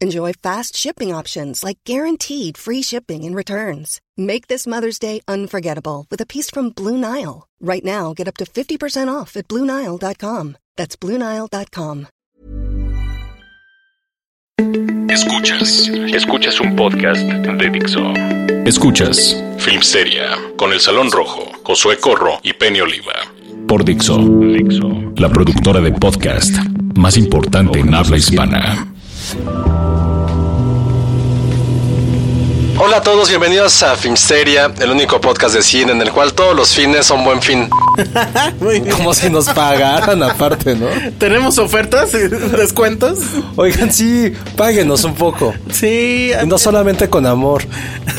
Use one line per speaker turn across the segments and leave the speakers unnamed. Enjoy fast shipping options like guaranteed free shipping and returns. Make this Mother's Day unforgettable with a piece from Blue Nile. Right now, get up to 50% off at BlueNile.com. That's BlueNile.com.
Escuchas, escuchas un podcast de Dixo. Escuchas Filmsteria con El Salón Rojo, Josué Corro y Penny Oliva. Por Dixo, la productora de podcast más importante en habla hispana.
Hola a todos, bienvenidos a Filmsteria, el único podcast de cine en el cual todos los fines son buen fin.
Muy bien.
Como si nos pagaran aparte, ¿no?
¿Tenemos ofertas? ¿Descuentos?
Oigan, sí, páguenos un poco.
Sí,
No solamente con amor.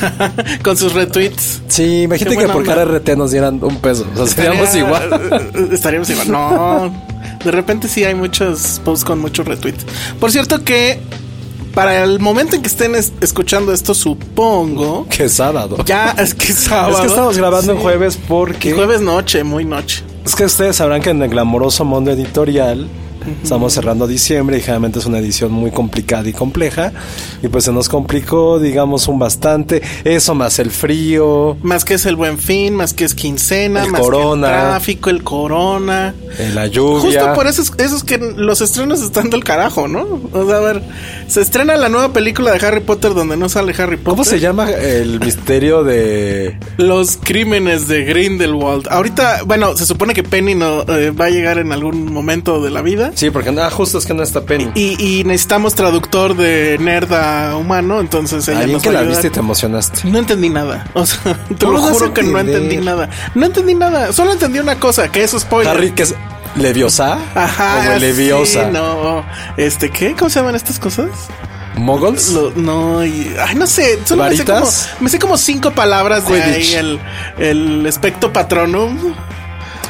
con sus retweets.
Sí, imagínate
Qué
que
buena
por
onda.
cada RT nos dieran un peso. O sea, seríamos
Estaría-
igual.
Estaríamos igual. No. De repente sí hay muchos posts con muchos retweets. Por cierto que para el momento en que estén es- escuchando esto, supongo,
Qué sábado.
ya es que es sábado.
Es que estamos grabando en
Sí.
jueves porque...
Y Jueves noche, muy noche.
Es que ustedes sabrán que en el glamoroso mundo editorial estamos cerrando diciembre y generalmente es una edición muy complicada y compleja. Y pues se nos complicó, digamos, un bastante. Eso más el frío,
Más que es el buen fin, más que es quincena,
El
más
corona.
que el tráfico, el corona.
eh, la lluvia.
Justo por eso es, eso es que los estrenos están del carajo, ¿no? O sea, a ver, se estrena la nueva película de Harry Potter donde no sale Harry Potter.
¿Cómo se llama el misterio de...
Los crímenes de Grindelwald. Ahorita, bueno, se supone que Penny no eh, va a llegar en algún momento de la vida.
Sí, porque ah, justo es que no está Penny.
Y, y necesitamos traductor de nerd a humano, entonces ella
Alguien
nos
que
va a
la
ayudar.
viste y te emocionaste.
No entendí nada. O sea, te
¿Cómo
lo
vas a
juro que no
entender?
entendí nada. No entendí nada. Solo entendí una cosa, que eso es spoiler.
Harry que es Leviosa.
Ajá,
Como Leviosa.
sí, no. Este, ¿qué? ¿Cómo se llaman estas cosas?
Moguls.
Lo- no, y- ay, no sé. Solo me sé, como,
¿Varitas?
me sé como cinco palabras de ahí,
Quidditch.
el, el espectro patronum.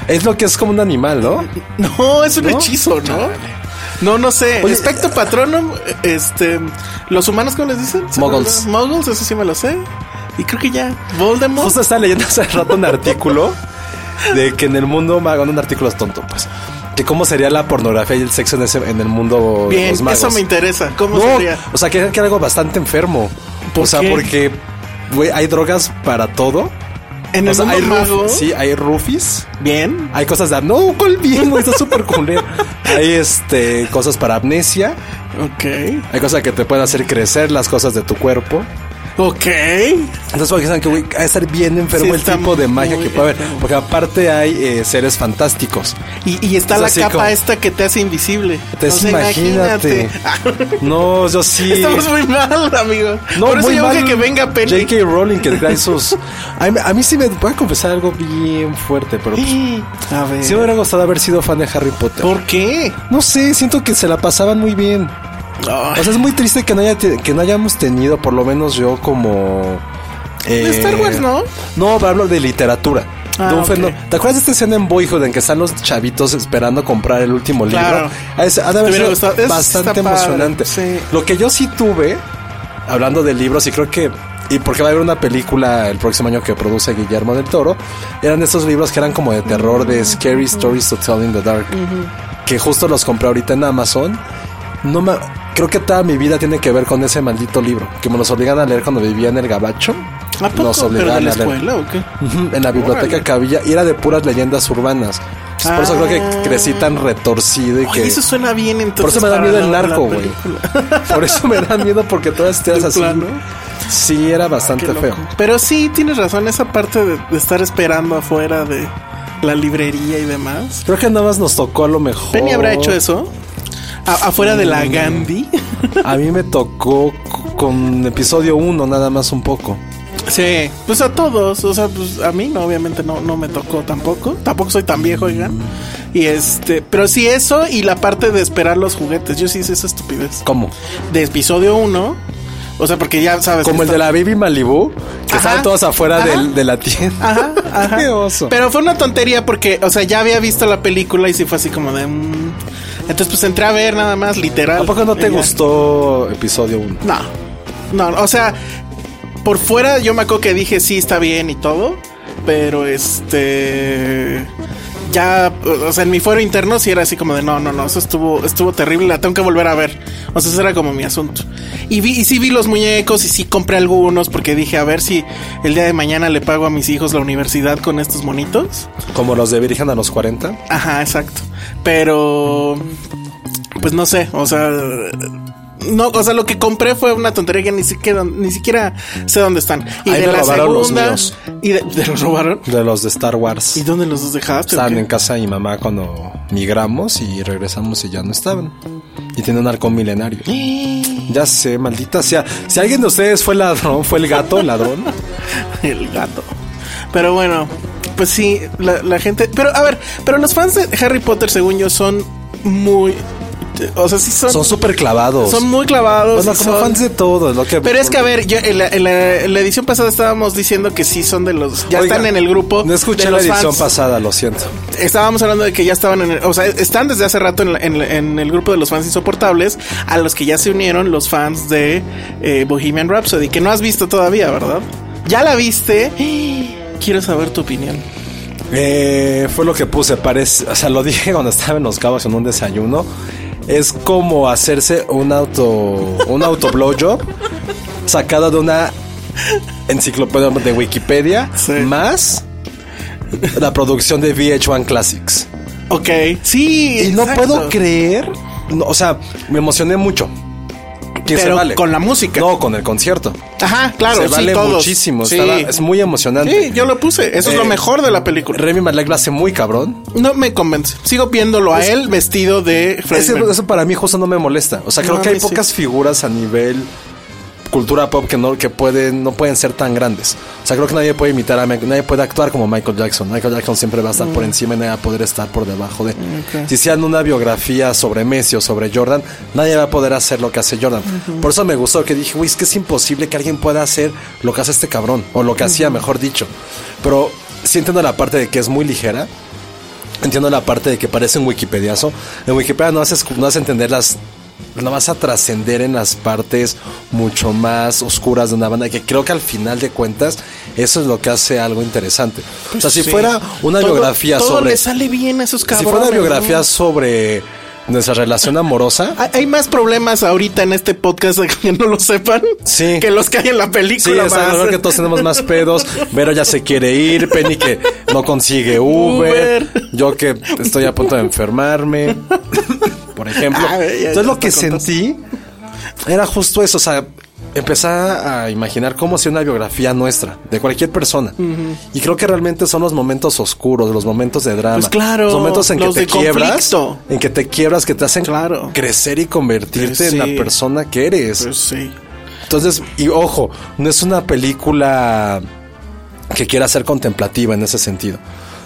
Es lo que es como un animal, ¿no?
No, es un
¿No?
hechizo, ¿no? No, no sé.
Oye, eh,
espectro patronum, este, los humanos, ¿cómo les dicen?
Muggles.
Moguls, eso sí me lo sé. Y creo que ya. Voldemort.
Justo estaba leyendo hace rato un artículo de que en el mundo mago, no, un artículo es tonto, pues. Que cómo sería la pornografía y el sexo en, ese, en el mundo de
Bien,
los magos.
eso me interesa. ¿Cómo
No,
sería?
o sea, que, que era algo bastante enfermo.
¿Por
o sea,
qué?
porque güey, hay drogas para todo.
En
o
el
sea, hay
mundo
ruf-
mago.
Sí, hay rufis.
Bien.
Hay cosas de no, ¿cuál bien, güey? Está súper culero. Hay este cosas para amnesia.
Ok.
Hay cosas que te pueden hacer crecer las cosas de tu cuerpo.
Ok.
Entonces, porque saben que güey, ha de estar bien enfermo
Sí,
el
está
tipo de magia
muy
que puede haber.
enfermo.
Porque aparte hay eh, seres fantásticos.
Y, y está
Es
la
así
capa
como-
esta que te hace invisible.
Te
O sea,
imagínate. No, yo sí.
Estamos muy mal, amigo.
No,
Por eso
muy
yo dije
mal
que venga Penny.
J.K. Rowling que trae sus. A mí, a mí sí me voy a confesar algo bien fuerte, pero pues,
A ver.
sí me hubiera gustado haber sido fan de Harry Potter.
¿Por qué?
No sé, siento que se la pasaban muy bien.
Ay,
O sea, es muy triste que no, haya te- que no hayamos tenido, por lo menos yo, como. eh,
Star Wars, ¿no?
No, pero hablo de literatura.
Ah,
de un
ok.
fenó- ¿Te acuerdas de esta escena en Boyhood en que están los chavitos esperando comprar el último
Claro.
libro? Ah, es- Ha de haber
Te hubiera
sido
gustado. Es-
bastante
está padre,
emocionante.
sí.
Lo que yo sí tuve, hablando de libros, y creo que. Y porque va a haber una película el próximo año que produce Guillermo del Toro, eran estos libros que eran como de terror,
Mm.
de Scary Stories to Tell in the Dark, que justo los compré ahorita en Amazon. No me, creo que toda mi vida tiene que ver con ese maldito libro, que me los obligan a leer cuando vivía en el Gabacho.
¿A poco? ¿Pero de la escuela o qué?
Ujú, en la biblioteca
Órale.
que había y era de puras leyendas urbanas. Entonces, Por eso creo
Ah.
que crecí tan retorcido y
Oye,
que.
eso suena bien entonces.
por eso me da
para
miedo el
la- la
narco, güey.
película.
Por eso me da miedo porque todas estas
De
así.
plano.
Sí, era bastante
Qué loco.
feo.
Pero sí, tienes razón. Esa parte de, de estar esperando afuera de, la librería y demás.
Creo que nada más nos tocó a lo mejor. Mm.
¿Penny habrá hecho eso? A- afuera de la Gandhi.
A mí me tocó c- con episodio 1, nada más un poco.
Sí, pues a todos, o sea, pues a mí no, obviamente no, no me tocó tampoco, tampoco soy tan viejo, oigan. Y este, pero sí eso y la parte de esperar los juguetes, yo sí hice esa estupidez.
¿Cómo?
De episodio 1, o sea, porque ya sabes.
Como
que
el
está-
de la Baby Malibu, que
Ajá.
estaban todos afuera
Ajá.
del- de la tienda.
Ajá, ajá.
Qué oso.
Pero fue una tontería porque, o sea, ya había visto la película y sí fue así como de... mm. Entonces pues entré a ver nada más, literal.
¿A poco no te
Y ya.
gustó episodio 1?
No, no, o sea, por fuera yo me acuerdo que dije sí, está bien y todo, pero este... Ya, o sea, en mi fuero interno sí era así como de no, no, no, eso estuvo, estuvo terrible, la tengo que volver a ver. O sea, ese era como mi asunto. Y vi, y sí vi los muñecos y sí compré algunos porque dije a ver si el día de mañana le pago a mis hijos la universidad con estos monitos.
Como los de Virgen a los 40.
Ajá, exacto. Pero, pues no sé, o sea, no, o sea, lo que compré fue una tontería que ni siquiera, ni siquiera sé dónde están. Y
Ahí
de
me
la
robaron los
segunda,
míos.
y de, ¿te los robaron.
De los de Star Wars.
¿Y dónde los dejaste? o
Estaban
qué?
en casa de mi mamá cuando migramos y regresamos y ya no estaban. Y tiene un arco milenario. Ya sé, maldita sea. Si alguien de ustedes fue ladrón, fue el gato ladrón.
El gato. Pero bueno, pues sí, la, la gente. Pero a ver, pero los fans de Harry Potter, según yo, son muy, o sea, sí son,
Son súper clavados.
son muy clavados.
Bueno,
y
como
son-
fans de todo. es Lo que,
Pero es que, a ver, yo- en, la, en la- en la edición pasada estábamos diciendo que sí son de los... Ya
Oiga,
están en el grupo.
No escuché
de
la
los
edición
fans.
pasada, lo siento.
Estábamos hablando de que ya estaban en el... O sea, están desde hace rato en, la- en la- en el grupo de los fans insoportables, a los que ya se unieron los fans de eh, Bohemian Rhapsody, que no has visto todavía, ¿verdad? Ya la viste. Quiero saber tu opinión.
Eh, fue lo que puse, parece. O sea, lo dije cuando estaba en los cabos en un desayuno. Es como hacerse un auto. Un auto blowjob sacada de una enciclopedia de Wikipedia.
Sí.
Más la producción de VH1 Classics.
Ok. Sí.
Y no
exacto.
puedo creer. no, o sea, me emocioné mucho. Que se
Pero
vale.
con la música.
No, con el concierto.
Ajá, claro.
se
sí,
vale
todos.
muchísimo.
Sí.
estaba- es muy emocionante.
Sí, yo lo puse. Eso es lo
Eh,
mejor de la película.
Remy Malek lo hace muy cabrón.
No me convence. Sigo viéndolo a él vestido de Freddie
Ese-
Mercury.
eso para mí justo no me molesta. O sea, creo
No,
que
a
hay
mí sí.
pocas figuras a nivel cultura pop que no que pueden no pueden ser tan grandes. O sea, creo que nadie puede imitar a Michael- nadie puede actuar como Michael Jackson. Michael Jackson siempre va a estar
Mm.
por encima y nadie va a poder estar por debajo de. Si sean una biografía sobre Messi o sobre Jordan, nadie va a poder hacer lo que hace Jordan. Por eso me gustó que dije, "Güey, es que es imposible que alguien pueda hacer lo que hace este cabrón o lo que hacía, mejor dicho." Pero sí entiendo la parte de que es muy ligera. Entiendo la parte de que parece un Wikipediazo. En Wikipedia no haces, no haces entender las. No vas a trascender en las partes mucho más oscuras de una banda que creo que al final de cuentas eso es lo que hace algo interesante. o sea, si
Pues Sí.
fuera una
Todo-
biografía
todo
sobre.
le sale bien a esos
si
cabrones.
fuera una biografía
¿no?
sobre nuestra relación amorosa.
Hay- Hay más problemas ahorita en este podcast que no lo sepan
Sí.
que los que hay en la
Sí,
película.
es algo
más.
que todos tenemos más pedos. Vero ya se quiere ir, Penny que no consigue Uber,
Uber.
yo que estoy a punto de enfermarme, por ejemplo.
Ah, ya, ya
Entonces lo
te
que
contaste.
sentí era justo eso, o sea, empezar a imaginar cómo sería una biografía nuestra, de cualquier persona. Y creo que realmente son los momentos oscuros, los momentos de drama.
Pues claro,
Los momentos en que
los
te
de
quiebras.
conflicto.
En que te quiebras, que te hacen
Claro.
crecer y convertirte
Sí.
en la persona que eres.
Pues sí.
Entonces, y ojo, no es una película que quiera ser contemplativa en ese sentido.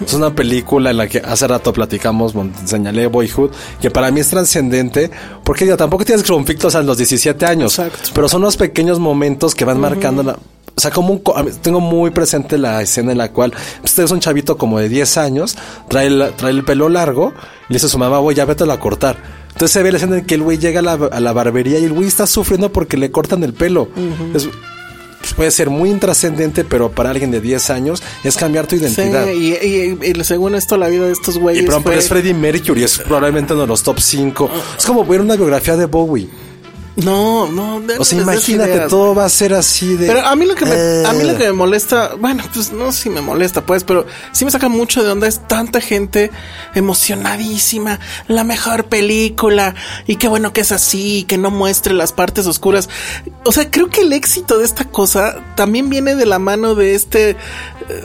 Es una película en la que hace rato platicamos, mon- señalé Boyhood, que para mí es trascendente, porque ya tampoco tienes conflictos a los 17 años,
Exacto.
pero son los pequeños momentos que van marcando la... O sea, como un co- a mí- tengo muy presente la escena en la cual pues, es un chavito como de 10 años, trae, la- trae el pelo largo y le dice a su mamá, güey, ya vete a cortar. Entonces se ve la escena en que el güey llega a la, a la barbería y el güey está sufriendo porque le cortan el pelo. Es- pues, puede ser muy intrascendente, pero para alguien de 10 años es cambiar tu
Sí,
identidad.
y, y- y según esto, la vida de estos güeyes.
Y perdón, pero
fue-
es Freddie Mercury, es probablemente uno de los top 5. Es como ver una biografía de Bowie.
No, no.
O sea,
no les des
imagínate,
ideas.
todo va a ser así de.
Pero a mí lo que me, a mí lo que
Eh.
me molesta, bueno, pues no sé si me molesta, pues, pero sí me saca mucho de onda es tanta gente emocionadísima, la mejor película y qué bueno que es así, que no muestre las partes oscuras. O sea, creo que el éxito de esta cosa también viene de la mano de este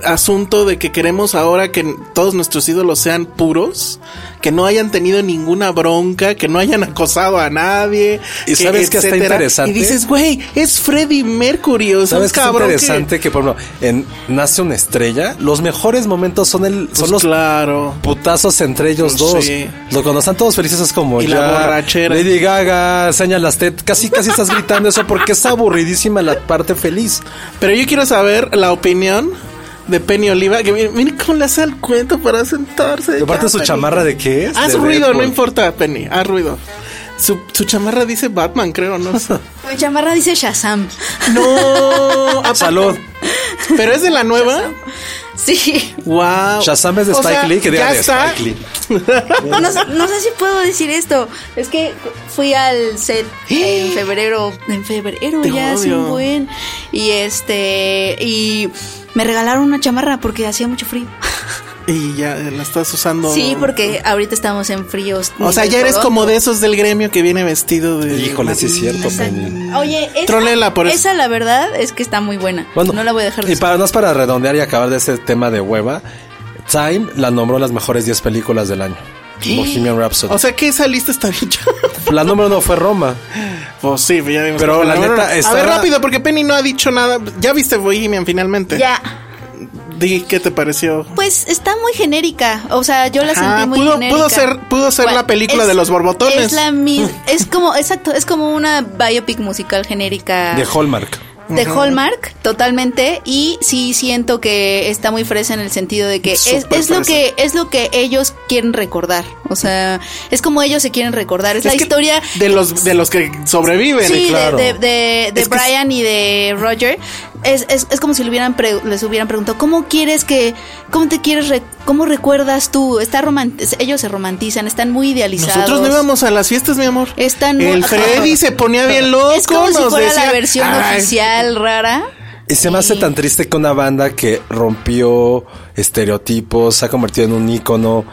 asunto de que queremos ahora que todos nuestros ídolos sean puros, que no hayan tenido ninguna bronca, que no hayan acosado a nadie.
Y
que
sabes que está
etcétera.
interesante.
Y dices, Pues, güey, es Freddie Mercury, o sea, un
¿Sabes qué es
cabrón. que-
interesante? Que, por ejemplo, en Nace una estrella, los mejores momentos son el son
Pues
los
claro.
putazos entre ellos
Pues
dos.
sí.
Lo, cuando están todos felices es como
Y
ya.
la borrachera.
Lady Gaga, señalas TED. Casi, casi estás gritando eso porque es aburridísima la parte feliz.
Pero yo quiero saber la opinión de Penny Oliva, que miren, miren cómo le hace el cuento para sentarse.
Y aparte
Ya,
su
Penny.
chamarra de qué es?
Haz
De Red
Ah, ruido, no
Bull.
importa, Penny, haz ruido. Su, su chamarra dice Batman, creo, no sé.
Mi Pues chamarra dice Shazam.
No,
Salud.
pero es de la nueva.
Sí.
Wow.
Shazam es de Spike Lee, que diga
ya
de
está.
Spike Lee.
No, no sé si puedo decir esto. Es que fui al set en febrero. En febrero
¡Eh! Te
ya hace un
odio.
buen. Y este. Y me regalaron una chamarra porque hacía mucho frío.
Y ya la estás usando.
Sí, porque ahorita estamos en fríos.
O sea, ya eres como de esos del gremio que viene vestido de.
Híjole, sí es cierto,
Exacto.
Penny.
Oye, esa,
Trólela por eso.
esa la verdad es que está muy buena.
Bueno,
no la voy a dejar de
Y para no es para redondear y acabar de ese tema de hueva, Time la nombró las mejores 10 películas del año. Bohemian Rhapsody.
O sea, que esa lista está bien chava.
la número uno fue Roma.
Pues sí, ya vimos.
Pero
que-
la
no,
neta
no, no. A
está-
ver, rápido, porque Penny no ha dicho nada. Ya viste Bohemian finalmente.
Ya.
Di qué te pareció.
Pues está muy genérica. O sea, yo la
Ajá,
sentí muy
pudo-
genérica.
pudo ser- pudo ser la película de los borbotones.
Es la mis- es como, exacto, es como una biopic musical
Ah.
genérica.
De Hallmark.
de Hallmark, totalmente, y sí siento que está muy fresa en el sentido de que es,
Súper
es lo
fresa.
que es lo que ellos quieren recordar, o sea, es como ellos se quieren recordar, es, la
Es que
historia
De los, de los que sobreviven.
sí, de-
claro.
de, de- de
Es que
Brian y de Roger. Es, es- es como si le hubieran pre- les hubieran preguntado, ¿cómo quieres que, cómo te quieres, re- cómo recuerdas tú? Está roman- ellos se romantizan, están muy idealizados.
Nosotros no íbamos a las fiestas, mi amor.
Están muy-
El Freddy se ponía bien loco.
Es como si
nos
fuera
decía,
la versión
"Ay,
oficial rara.
Y se me hace
Sí.
tan triste que una banda que rompió estereotipos, se ha convertido en un ícono,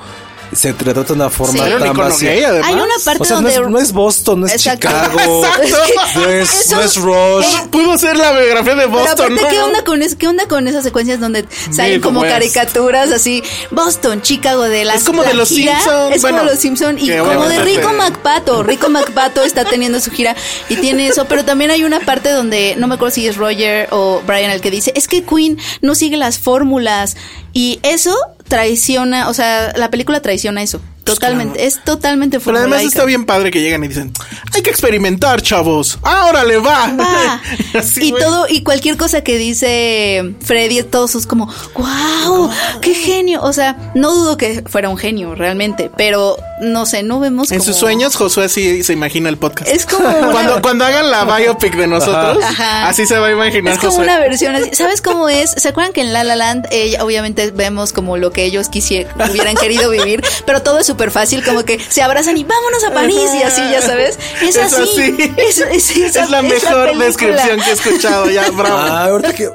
se trata de una forma
Sí. Era
Era un
tan
icono
vacía.
gay, además.
Hay una parte
O sea, no
donde
es, no es Boston, no es
Exacto.
Chicago,
Exacto.
no es,
Eso-
no es Rush.
Eh,
pues, Pudo ser la biografía de
Pero
Boston.
aparte,
¿no?
¿qué onda, con es- ¿qué onda con esas secuencias donde salen
Mil
como
West.
caricaturas así? Boston, Chicago de las
Es como
la
de los
gira,
Simpson,
Es como
bueno,
los Simpson y
que
como de
obviamente-
Rico MacPato. Rico MacPato está teniendo su gira y tiene eso. Pero también hay una parte donde no me acuerdo si es Roger o Brian el que dice: Es que Queen no sigue las fórmulas y eso traiciona, o sea, la película traiciona eso. Totalmente, es totalmente
Pues Pero además está bien padre que llegan y dicen, hay que experimentar, chavos. Ahora le va.
Va.
Así,
y
güey.
todo y cualquier cosa que dice Freddy todos sus como wow qué genio o sea no dudo que fuera un genio realmente pero no sé no vemos
En
como-
sus sueños, Josué así se imagina el podcast.
es como una-
Cuando, cuando hagan la biopic de nosotros,
Ajá.
así se va a imaginar
es como
Josué.
una versión así. ¿Sabes cómo es? ¿Se acuerdan que en La La Land eh, obviamente vemos como lo que ellos quisieran, hubieran querido vivir, pero todo es súper fácil, como que se abrazan y vámonos a París y así, ya sabes. Es,
Es
así.
así.
Es, es- es-
Es la
es
mejor
película.
descripción que he escuchado ya, bravo.
Ah, ahorita que.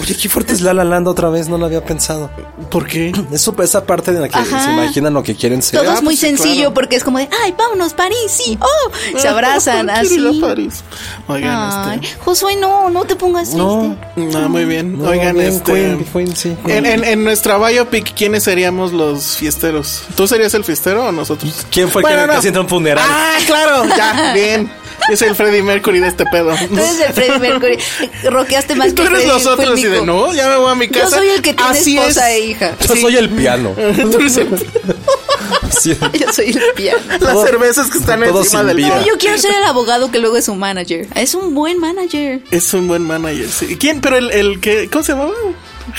Oye, qué fuerte es La La Land otra vez, no lo había pensado.
¿Por qué?
Es su- esa parte en la que
Ajá.
se imaginan lo que quieren ser. Ah,
Todo es
pues
muy
sí,
sencillo
claro.
porque es como de, ay, vámonos, París, sí, oh, se abrazan
Quiero ir a
así.
París. Oigan,
Ay,
este.
Josué, no, no te pongas
No.
triste.
No, muy bien.
No,
Oigan,
bien,
este. eh,
Queen, Queen, sí.
En, en, en nuestra biopic, ¿quiénes seríamos los fiesteros? ¿Tú serías el fiestero o nosotros?
¿Quién fue el que- que sienta un funeral?
Ah, claro, ya, bien. Yo soy el Freddie Mercury de este pedo.
Tú eres el Freddie Mercury. Roqueaste más
Y tú
que
eres
Freddie,
los otros y
fue
de
Nico.
no, ya me voy a mi
Yo
casa.
soy el que tiene
Así
esposa
es.
e hija.
Yo soy el piano.
Tú eres el-
Sí.
Yo soy el piano.
las
Todo-
cervezas que están
todo
encima
sin
del
vida.
No,
mar.
yo quiero ser el abogado que luego es un manager. Es un buen manager.
Es un buen manager. sí. ¿Quién? Pero el, el que. ¿Cómo se llamaba?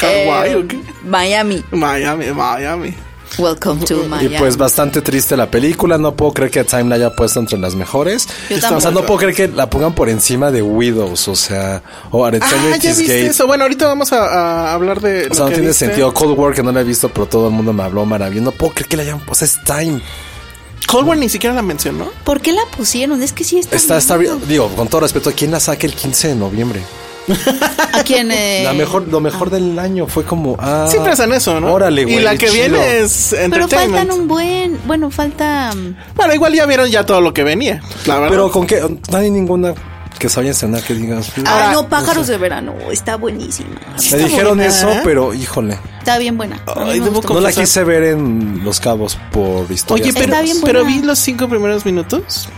Hawaii
Eh,
o qué?
Miami.
Miami, Miami.
Welcome to
Y
Miami.
pues bastante triste la película. No puedo creer que Time la haya puesto entre las mejores.
Yo
o sea,
tampoco.
no puedo creer que la pongan por encima de Widows, o sea, o Aretsanya
Ah, ya viste
Gate.
eso. Bueno, ahorita vamos a, a hablar de.
O sea, no
lo que
tiene
viste.
sentido. Cold War, que no la he visto, pero todo el mundo me habló maravilloso. No puedo creer que la hayan. O sea, es Time.
Cold War ni siquiera la mencionó.
¿Por qué la pusieron? Es que sí está.
Está, está, digo, con todo respeto, ¿quién la saca el 15 de noviembre?
¿A quién? eh?
La mejor, lo mejor del año fue como. Ah,
Siempre hacen ah. eso, ¿no?
Órale, güey.
Y la que
chido.
viene es
Pero
Entertainment.
faltan un buen. Bueno, falta. mm,
Bueno, igual ya vieron ya todo lo que venía. La verdad.
Pero con que no hay ninguna que se vayan a estrenar, que digas. "Uy".
Ay, no, pájaros de verano. Oh, Está buenísima.
Me dijeron eso, pero híjole.
Está bien buena. A mí
¿eh? Ay,
me
debo
gustó.
No la quise
confesar.
ver en Los Cabos por historia.
Oye, pero,
Está bien
pero
buena.
vi los cinco primeros minutos.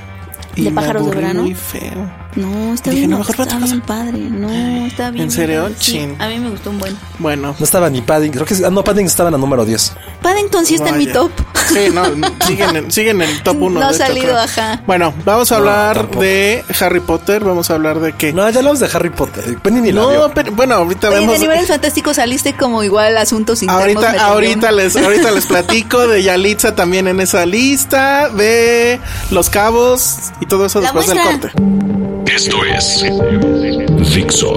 ¿De
me
pájaros de
aburrí
verano?
Muy feo.
No, está
Dije,
bien.
no, mejor para
está
otra
bien padre. No, está bien.
¿En serio?
padre. Sí,
Chin.
a mí me gustó un buen.
Bueno.
No estaba ni Paddington. Creo que ah, no, Paddington estaba en la número 10.
Paddington sí está en mi
Vaya.
top.
Sí, no, no, siguen en, siguen en el top 1.
No ha salido, ajá.
Bueno, vamos a
No,
hablar
tampoco.
de Harry Potter. Vamos a hablar de que.
No, ya hablamos de Harry Potter. eh, Penny ni la
No,
vio.
pero bueno, ahorita
Oye, de
vemos.
niveles fantásticos saliste como igual asuntos internos.
Ahorita,
metiendo
ahorita
un-
les, ahorita les platico de Yalitza también en esa lista, de Los Cabos y todo eso
La
después del
muestra.
corte.
Esto es Dixo.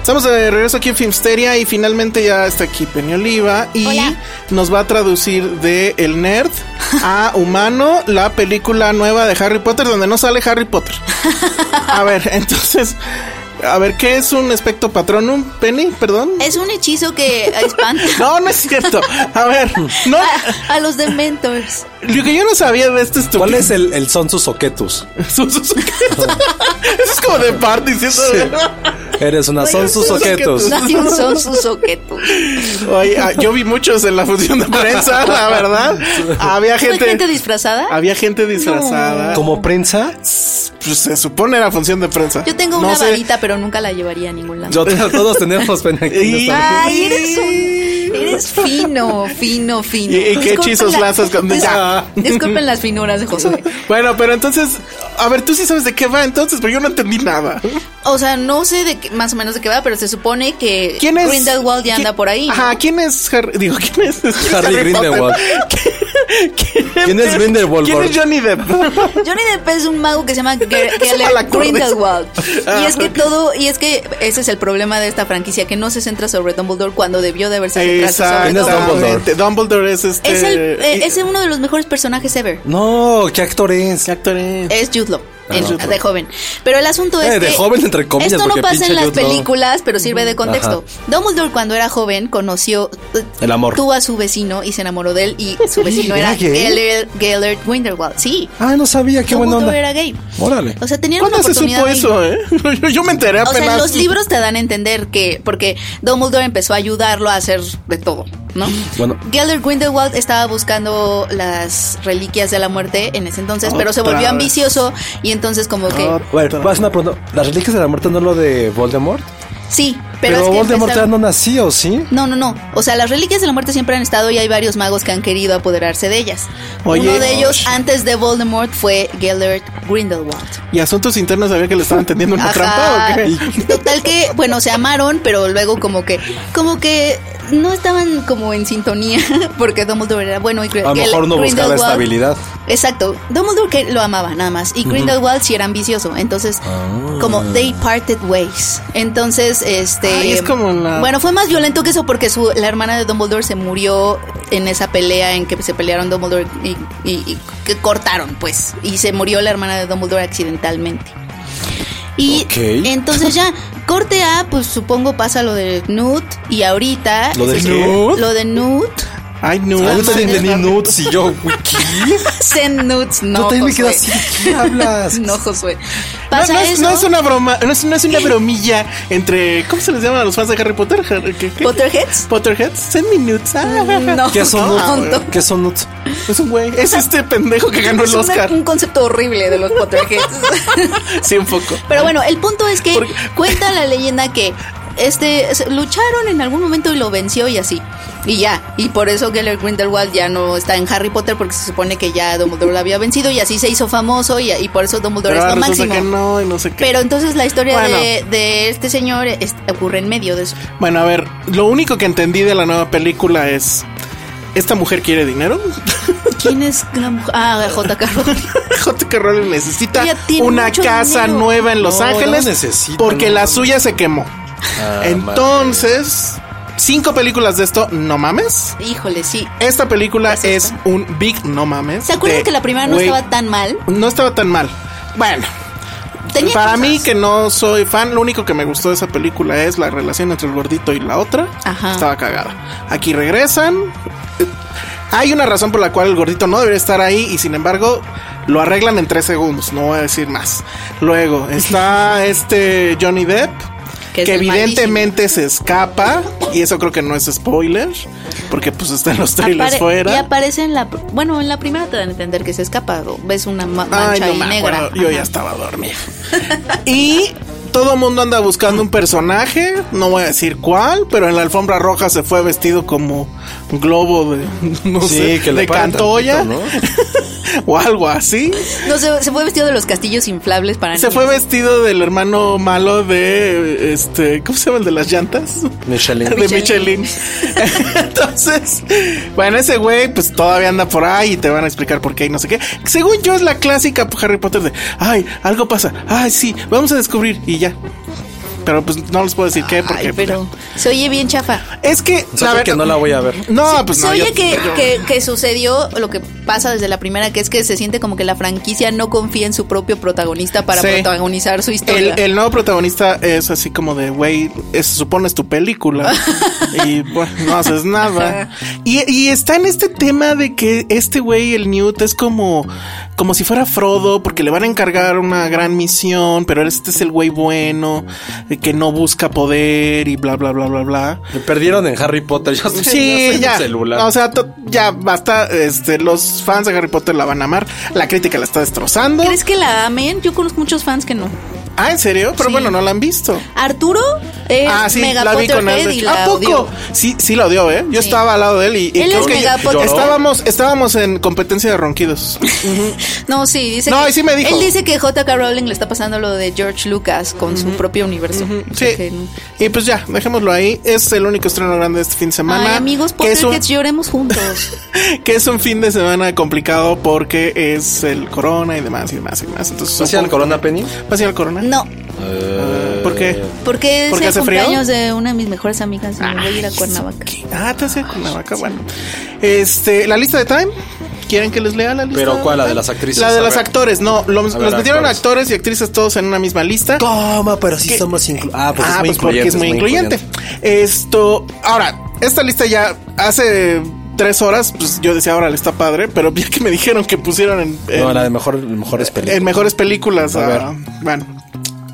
Estamos de regreso aquí en Filmsteria y finalmente ya está aquí Penny Oliva y
Hola.
nos va a traducir de El Nerd a Humano la película nueva de Harry Potter donde no sale Harry Potter. A ver, entonces, a ver, ¿qué es un espectro patronum, Penny? Perdón.
Es un hechizo que espanta
No, no es cierto. A ver, no,
a, a los dementors.
lo que yo no sabía de este estúpido.
¿Cuál es el, el Sonsus Oquetus?
Su- su- su- Eso es como de parte diciendo.
Eres una Sonsus Oquetus.
Nadie son sus soquetos.
Oye, ah, yo vi muchos en la función de prensa, la verdad. Había
¿Fue
gente,
gente disfrazada?
había gente disfrazada.
Como prensa,
Pues se supone era función de prensa.
Yo tengo
No
una
sé.
varita, pero nunca la llevaría a ningún lado.
yo, todos tenemos pena aquí en
Y-
esta-
Ay, eres un- Eres fino, fino, fino.
¿Y- y qué
Disculpen
hechizos
la-
lanzas cuando-
Dis-
Ya.
Disculpen las finuras de Josué.
Bueno, pero entonces, a ver, tú sí sabes de qué va entonces, pero yo no entendí nada.
O sea, no sé de qué- más o menos de qué va, pero se supone que
¿Quién es?
Grindelwald ya
¿Quién-
anda por ahí. ¿no?
Ajá, ¿quién es Harry? Digo, ¿quién es? ¿Quién es
Harry
Potter?
Grindelwald.
¿Quién,
¿Quién es Grindelwald?
¿Quién es Johnny Depp?
Johnny Depp es un mago que se llama Ger- Geller
malacorde.
Grindelwald.
Ah,
Y es que todo, y es que ese es el problema de esta franquicia, que no se centra sobre Dumbledore cuando debió de haberse centrado sobre
Exactamente.
Dumbledore.
Dumbledore. es este.
Es, el, eh,
y-
es uno de los mejores personajes ever.
No, ¿qué actor es?
¿Qué actor es?
Es Jude Law,
Ah,
en-
Jude Law.
de joven. Pero el asunto es
Eh, de
que
joven, entre comillas,
esto no
porque
pasa en
pinche
las
Jude Law.
películas, pero sirve de contexto. Dumbledore cuando era joven conoció eh,
El amor.
tuvo a su vecino y se enamoró de él y su vecino era
¿Era gay?
Gellert, Gellert Grindelwald. Sí.
Ah, no sabía, qué buena
Dumbledore
onda.
era gay.
Órale.
O sea, tenían una
¿Cuándo se
oportunidad
supo
ahí.
eso, eh? Yo, yo me enteré
O
apenas.
sea, los libros te dan a entender que porque Dumbledore empezó a ayudarlo a hacer de todo, ¿no?
Bueno.
Gellert Grindelwald estaba buscando las reliquias de la muerte en ese entonces, pero se
Otra
volvió
vez.
ambicioso y entonces como que
Ah,
Bueno, vas a una pregunta. ¿Las reliquias de la muerte no es lo de Voldemort?
sí, pero,
Pero,
es que
Voldemort ya
empezaron-
no nació, ¿sí?
no, no, no. O sea, las reliquias de la muerte siempre han estado y hay varios magos que han querido apoderarse de ellas.
Oye.
Uno de ellos
Oh,
antes de Voldemort fue Gellert Grindelwald.
¿Y asuntos internos sabía que le estaban tendiendo una
Ajá.
trampa o qué?
Total que, bueno, se amaron, pero luego como que, como que no estaban como en sintonía, porque Dumbledore era bueno y
A lo mejor no buscaba estabilidad.
Exacto, Dumbledore que lo amaba nada más y Grindelwald sí era ambicioso, entonces
Ah.
como they parted ways. Entonces, este,
Ay, es como la-
bueno, fue más violento que eso porque su la hermana de Dumbledore se murió en esa pelea en que se pelearon Dumbledore y, y- y que cortaron, pues, y se murió la hermana de Dumbledore accidentalmente. Y
Ok.
entonces ya, corte A, pues supongo pasa lo de Newt y ahorita...
¿Lo de
es-
Newt?
Lo de Newt.
Ay, no.
Ah, yo
madre,
también entendí
papi.
nudes y yo, güey, ¿qué?
Zen Newt, no.
yo también me quedé
Josué.
así, ¿de ¿qué hablas?
No, Josué.
No,
Pasa
no es,
eso.
no es una broma, no es, no es una bromilla entre. ¿Cómo se les llama a los fans de Harry Potter? Har- ¿Qué, qué?
¿Potterheads? Mm,
Potterheads, Ah, 100 minutos.
No.
¿Qué son nudes?
Tonto.
Ah, ¿Qué son nudes?
Es Ah, un güey. Es este pendejo que ganó
Es
el
una-
Oscar.
un concepto horrible de los Potterheads.
Sí, un poco.
Pero bueno, el punto es que
Porque-
cuenta la leyenda que este se- lucharon en algún momento y lo venció y así. Y ya, y por eso Gellert Grindelwald ya no está en Harry Potter porque se supone que ya Dumbledore lo había vencido y así se hizo famoso y, y por eso Dumbledore
Pero
es
ahora
lo
resulta
máximo.
que no y no sé qué.
Pero entonces la historia
Bueno.
de, de este señor es- ocurre en medio de eso.
Bueno, a ver, lo único que entendí de la nueva película es. ¿Esta mujer quiere dinero?
¿Quién es la mujer? Ah, J.K. Rowling.
J.K. Rowling necesita
Ella tiene
una
mucho
casa
dinero.
nueva en Los
No, no
Ángeles
necesita, Ah,
porque
no.
la suya se quemó. Ah, Entonces, cinco películas de esto, no mames.
Híjole, sí.
Esta película
Es
es
esta.
un big no mames.
¿Se acuerdan
de,
que la primera no
güey,
estaba tan mal?
no estaba tan mal. Bueno,
Tenía
para
cosas.
mí que no soy fan, lo único que me gustó de esa película es la relación entre el gordito y la otra.
Ajá.
Estaba cagada. Aquí regresan. hay una razón por la cual el gordito no debería estar ahí y sin embargo lo arreglan en tres segundos, no voy a decir más. Luego está este Johnny Depp.
Que
Que,
es el
evidentemente se escapa, y eso creo que no es spoiler, porque pues está en los trailers
Apare-
fuera.
Y aparece en la. pr- Bueno, en la primera te dan a entender que se escapa. o Ves una ma-
Ay,
mancha
no
ahí
me
negra.
acuerdo, Yo
Ajá.
ya estaba dormida. y todo mundo anda buscando un personaje, no voy a decir cuál, pero en la alfombra roja se fue vestido como un globo de, no sé, de
paran
cantoya
tantito, ¿no?
o algo así.
No, se, se fue vestido de los castillos inflables para
Se
niños.
fue vestido del hermano malo de este, ¿cómo se llama el de las llantas?
Michelin.
de Michelin. Entonces, bueno, ese güey pues todavía anda por ahí y te van a explicar por qué y no sé qué. Según yo es la clásica Harry Potter de, ay, algo pasa, ay, sí, vamos a descubrir y ya. Pero pues no les puedo decir qué porque pues,
Ay, pero se oye bien chafa.
es que
O sea,
la
que no
verdad-
la voy Pues a ver.
No, pues
se
no.
oye
yo-
que, que- que sucedió lo que pasa desde la primera, que es que se siente como que la franquicia no confía en su propio protagonista para
Sí.
protagonizar su historia.
el, el nuevo protagonista es así como de, güey, es- se supone es tu película. y bueno, no haces nada. Y, y está en este tema de que este güey, el Newt, es como, como si fuera Frodo, porque le van a encargar una gran misión, pero este es el güey bueno, eh, que no busca poder y bla, bla, bla, bla, bla.
Me perdieron en Harry Potter. Yo estoy- yo estoy
Sí,
en
ya.
el celular.
O sea, to- ya basta. Este, los fans de Harry Potter la van a amar. La crítica la está destrozando.
¿Crees que la amen? Yo conozco muchos fans que no.
Ah, ¿en serio? Pero
Sí.
bueno, no la han visto.
Arturo es
Ah,
mega Potterhead
Albert.
y la
¿A poco?
odió.
Sí, sí la odió, ¿eh? Yo
Sí.
estaba al lado de él y... y
Él
creo
es
que
mega Lloró. Potterhead.
estábamos, estábamos en competencia de ronquidos.
No, sí, dice
No,
que-
y sí me dijo.
Él dice que J.K. Rowling le está pasando lo de George Lucas con su propio universo.
sí.
Que no.
Y pues ya, dejémoslo ahí. Es el único estreno grande de este fin de semana.
Ay, amigos
que es, un,
Potterheads, lloremos juntos.
que es un fin de semana complicado porque es el corona y demás y demás y demás. Entonces,
¿Vas a ir al
supongo- Ah.
Corona Penny?
¿Vas a ir al corona?
No,
¿Por qué?
porque
¿Porque
es el
hace frío?
cumpleaños de una de mis mejores amigas y me voy a ir a Cuernavaca.
¿Qué? Ah, te hacía Cuernavaca, bueno. Este, la lista de Time. ¿Quieren que les lea la lista?
¿Pero cuál? ¿La de
Time?
las actrices?
La de
A
los
ver.
actores, no. lo- los
ver,
metieron
actores.
actores y actrices todos en una misma lista.
¿Cómo? Pero sí
¿Qué?
somos incluyentes. Ah, pues
ah,
es muy
pues porque
incluyente.
es muy incluyente. Esto, ahora, esta lista ya hace tres horas, pues yo decía, ahora le está padre, pero ya que me dijeron que pusieron en, en-
No, la de mejor, mejores películas.
en mejores películas.
A
ah, bueno.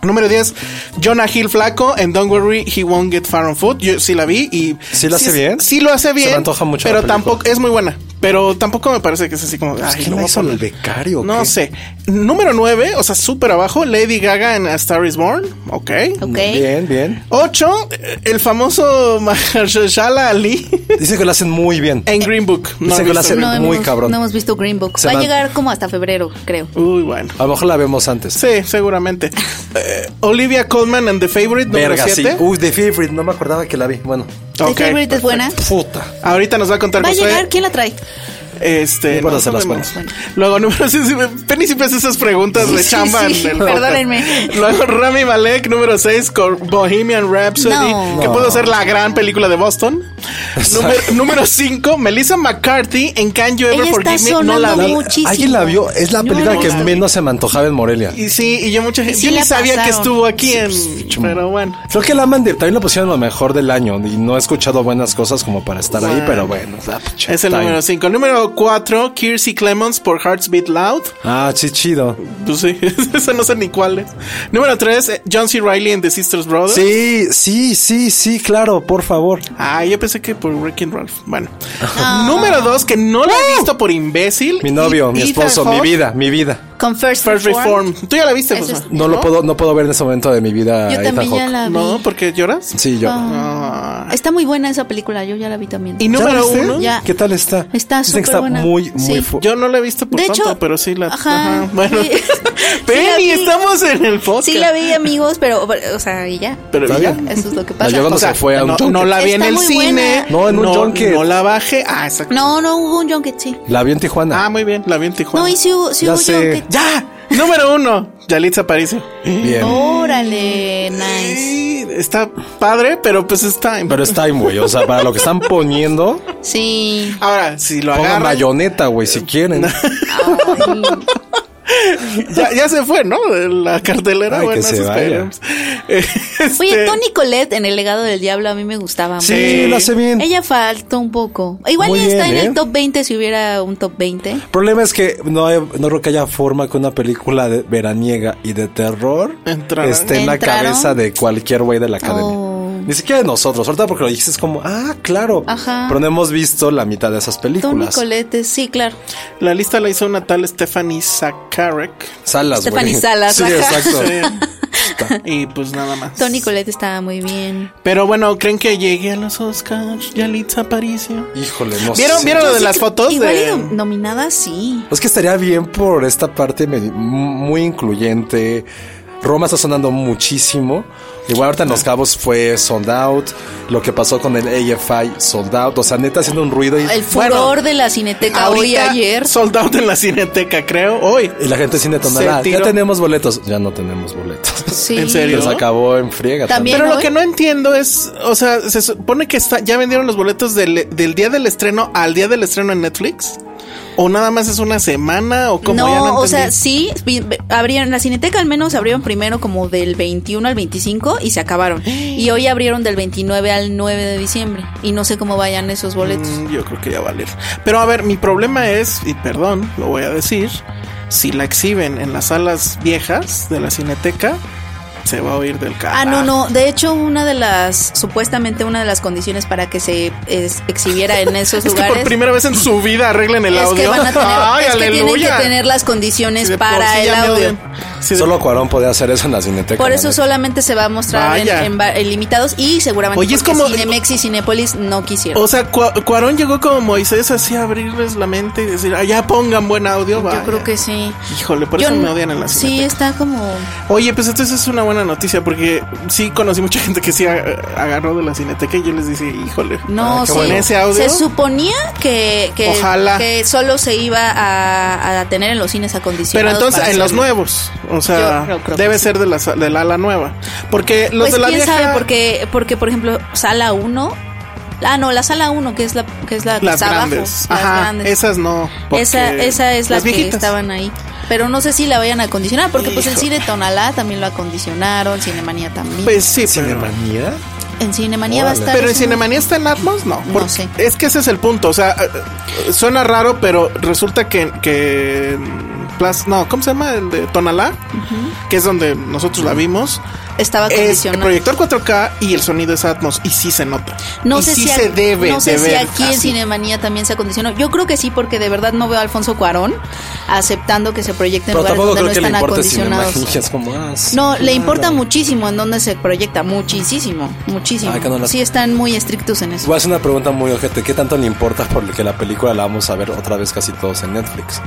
Número 10, Jonah Hill Flaco en Don't Worry, He Won't Get Far on Foot. Yo sí la vi y...
¿Sí la hace bien?
Sí lo hace bien.
antoja mucho la
Pero
película.
tampoco, es muy buena. Pero tampoco me parece que es así como...
Pues,
eh, ay,
¿quién
le
la
voy a
hizo?
poner-
¿El becario o
No
qué?
sé. Número 9, o sea, súper abajo, Lady Gaga en A Star Is Born. Ok.
Ok.
Bien, bien.
8, el famoso Mahershala Ali
Dicen que lo hacen muy bien.
en Green Book. No
Dicen
he
que lo
visto
hacen
Green
No
muy
hemos,
cabrón.
no hemos visto Green Book.
Se
Va a
van-
llegar como hasta febrero, creo.
Book. Uy, bueno.
A lo mejor la vemos antes.
Sí, seguramente. Eh, Olivia Colman and The Favorite, número
Verga, sí.
7.
Uy, The Favorite, no me acordaba que la vi. Bueno,
¿The
Ok,
Favorite es buena?
puta.
Ahorita nos va a contar
¿Va a
Josué.
llegar? ¿Quién la trae?
Este,
Muy buenas
no
a las
sabemos.
buenas.
Luego, número 6. Penny siempre hace esas preguntas de
Sí,
chamba.
sí,
en el
perdónenme.
podcast. Luego, Rami Malek, número 6, con Bohemian Rhapsody,
No.
que
No.
pudo ser la gran película de Boston. Número- Número 5, Melissa McCarthy en Can You Ever
Ella está
Forgive Me. No la
sonando
vi.
muchísimo.
¿Alguien la vio? Es la
No,
película
no
que
la vi.
menos se me antojaba en Morelia.
Y sí, y yo mucha gente.
sí
yo ni
la
sabía que
pasaron.
estuvo aquí en.
pues,
Pero bueno.
Creo que la Mandip también la pusieron lo mejor del año y no he escuchado buenas cosas como para estar ahí, pero bueno.
Es el número 5. Número 4, Kiersey Clemons por Hearts Beat Loud.
Ah, sí, chido.
Pues sí, eso no sé ni cuál es. Número 3, John C. Riley en The Sisters Brothers.
Sí, sí, sí, sí, claro, por favor.
Ah, yo pensé que por Wrecking Ralph. Bueno.
Ah.
Número 2, que no la he visto por imbécil.
Mi novio, mi
Ethan
esposo, mi
Hawke,
vida, mi vida.
Con First,
First Reform. Tú ya la viste,
Eso
Josué?
es-
No lo puedo, no puedo ver en ese momento de mi vida. a
Yo
Ethan
también ya
Hawke.
la vi.
No, porque lloras.
Sí, yo.
Ah.
Está muy buena esa película, yo ya la vi también.
Y
¿Ya la
número
viste?
1,
Ya.
¿Qué tal está? Dicen
Está
que
súper
está
buena.
muy, muy
Sí.
fuerte.
yo no la he visto por
De
tanto,
hecho-
pero sí la.
Ajá.
Bueno.
Sí.
Penny,
Sí la vi.
estamos en el podcast.
Sí la vi, amigos, pero, o sea, y ya.
Pero
¿Está
ya.
bien?
Eso es lo que
La
pasa.
llevando
O sea,
se fue a un
no,
junket.
no la vi
Está
en el
muy
cine.
buena.
No, en un junket.
No la bajé. Ah, exacto.
No, no hubo un junket, sí.
La vi en Tijuana.
Ah, muy bien, la vi en Tijuana.
No, y sí hubo, sí
Ya
hubo
sé.
junket.
¡Ya! Número uno, Yalitza Aparicio.
Bien.
Órale, nice.
Sí, Está padre, pero pues está.
Pero es time, güey. O sea, para lo que están poniendo,
Sí.
Ahora, si lo
pongan
agarran.
bayoneta, güey, si quieren.
Ay.
ya, ya se fue, ¿no? La cartelera.
Ay, que
bueno,
se
eso
vaya.
esperemos. Este,
Oye, Tony Colette en El legado del diablo a mí me gustaba
Sí.
mucho.
Sí, lo hace bien.
Ella faltó un poco. Igual
Muy
ya está
bien,
en
¿eh?
el top 20 si hubiera un top 20.
El problema es que no, hay- no creo que haya forma que una película de veraniega y de terror
Entraran.
esté en la
Entraron.
cabeza de cualquier güey de la academia.
Oh.
Ni siquiera de nosotros. Ahorita porque lo dijiste es como, ah, claro.
Ajá.
Pero no hemos visto la mitad de esas
Tony
películas.
Colette, sí, claro.
La lista la hizo una tal Stephanie Sakarek.
Salas, güey.
Stephanie Salas,
Sí,
ajá.
exacto.
Y pues nada más.
Tony Colette estaba muy bien.
Pero bueno, ¿creen que llegue a los Oscars? Yalitza Aparicio.
Híjole, no
¿Vieron,
sé.
vieron lo de
Sí,
las
cre-
fotos?
Igual
de-
y nom- nominada, sí.
Es que estaría bien por esta parte medi- muy incluyente. Roma está sonando muchísimo. Igual ahorita en Los Cabos fue sold out. Lo que pasó con el AFI sold out. O sea, neta haciendo un ruido y,
El furor de la cineteca Ah, hoy y
Ahorita,
ayer.
Sold out en la cineteca, creo. Hoy.
y la gente sin
Se
detonar. "Ah, Ya
tiró.
tenemos boletos. Ya no tenemos boletos.
Sí.
¿En serio?
Pero se acabó en friega.
También-
Pero lo
hoy?
que no entiendo es, o sea, se supone que está, ya vendieron los boletos del, del día del estreno al día del estreno en Netflix. O nada más es una semana o como
no,
ya no
o sea,
entendí.
sí, vi- vi- abrieron, la Cineteca al menos abrieron primero como del 21 al 25 y se acabaron. Y hoy abrieron del 29 al 9 de diciembre y no sé cómo vayan esos boletos.
Mm, Yo creo que ya va a leer. Pero a ver, mi problema es, y perdón, lo voy a decir, si la exhiben en las salas viejas de la cineteca, se va a oír del carajo.
Ah, no, no. De hecho, una de las, supuestamente una de las condiciones para que se es- exhibiera en esos
Es que
lugares
por primera vez en su vida arreglen el
es
audio.
que van a tener,
Ay,
es que tienen que
aleluya.
tener las condiciones
Si de por
para
sí
el
ya me
audio.
odian. Si de-
Solo Cuarón podía hacer eso en la cineteca.
Por
la
eso
neta.
solamente se va a mostrar en,
Vaya.
en va- en limitados y seguramente
Oye, es
porque
como-
Cinemex y Cinépolis no quisieron.
O sea, Cua- Cuarón llegó como Moisés así a abrirles la mente y decir, ah, ya pongan buen audio.
Yo
vaya".
creo que sí.
Híjole, por
Yo
eso
no-
me odian en la
Sí,
cineteca.
está como.
Oye, pues entonces es una buena noticia porque sí conocí mucha gente que sí a- agarró de la cineteca y yo les decía, híjole.
No,
ah, qué
sí.
bueno. ese audio.
Se suponía que, que,
Ojalá.
que solo se iba a, a tener en los cines acondicionados.
Pero entonces
para
en los
hacerlo.
nuevos, o
Yo
sea,
creo- creo que
debe
sí.
ser de la, sa- del ala nueva. Porque los
pues
de la
quién
vieja...
sabe, porque, porque por ejemplo, sala 1. Ah, no, la sala 1, que es la que es la que
las
está abajo,
grandes.
las
Ajá,
grandes.
esas no. porque
Esa, esa es la
las
que
viejitas.
estaban ahí. Pero no sé si la vayan a acondicionar, porque pues el cine Tonalá también lo acondicionaron, Cinemanía también.
Pues sí, pero...
Cinemanía.
en Cinemanía va a
órale.
estar.
Pero en
eso, ¿no?
Cinemanía está en Atmos, no.
No
porque
sé.
Es que ese es el punto. O sea, eh, eh, suena raro, pero resulta que. que mm, Plas- no, ¿cómo se llama? El de Tonalá, que es donde nosotros la vimos.
Estaba
Es el
acondicionado.
proyector 4K y el sonido es Atmos. Y sí se nota.
No
Y
sé
sí
si
se
ac-
debe.
no sé
de
si
ver Ah,
aquí en
así.
Cinemanía también se acondicionó. Yo creo que sí, porque de verdad no veo a Alfonso Cuarón aceptando que se proyecten
Pero
lugares
tampoco
donde
creo
no
que le
están
importe
acondicionados.
Cinemanía. Es como, ah, sí,
No, le
claro.
importa muchísimo en dónde se proyecta, muchísimo, muchísimo.
Ay, que no las-
Sí están muy estrictos en eso.
Voy a hacer una pregunta muy ojete. ¿Qué tanto le importa por que la película la vamos a ver otra vez casi todos en Netflix?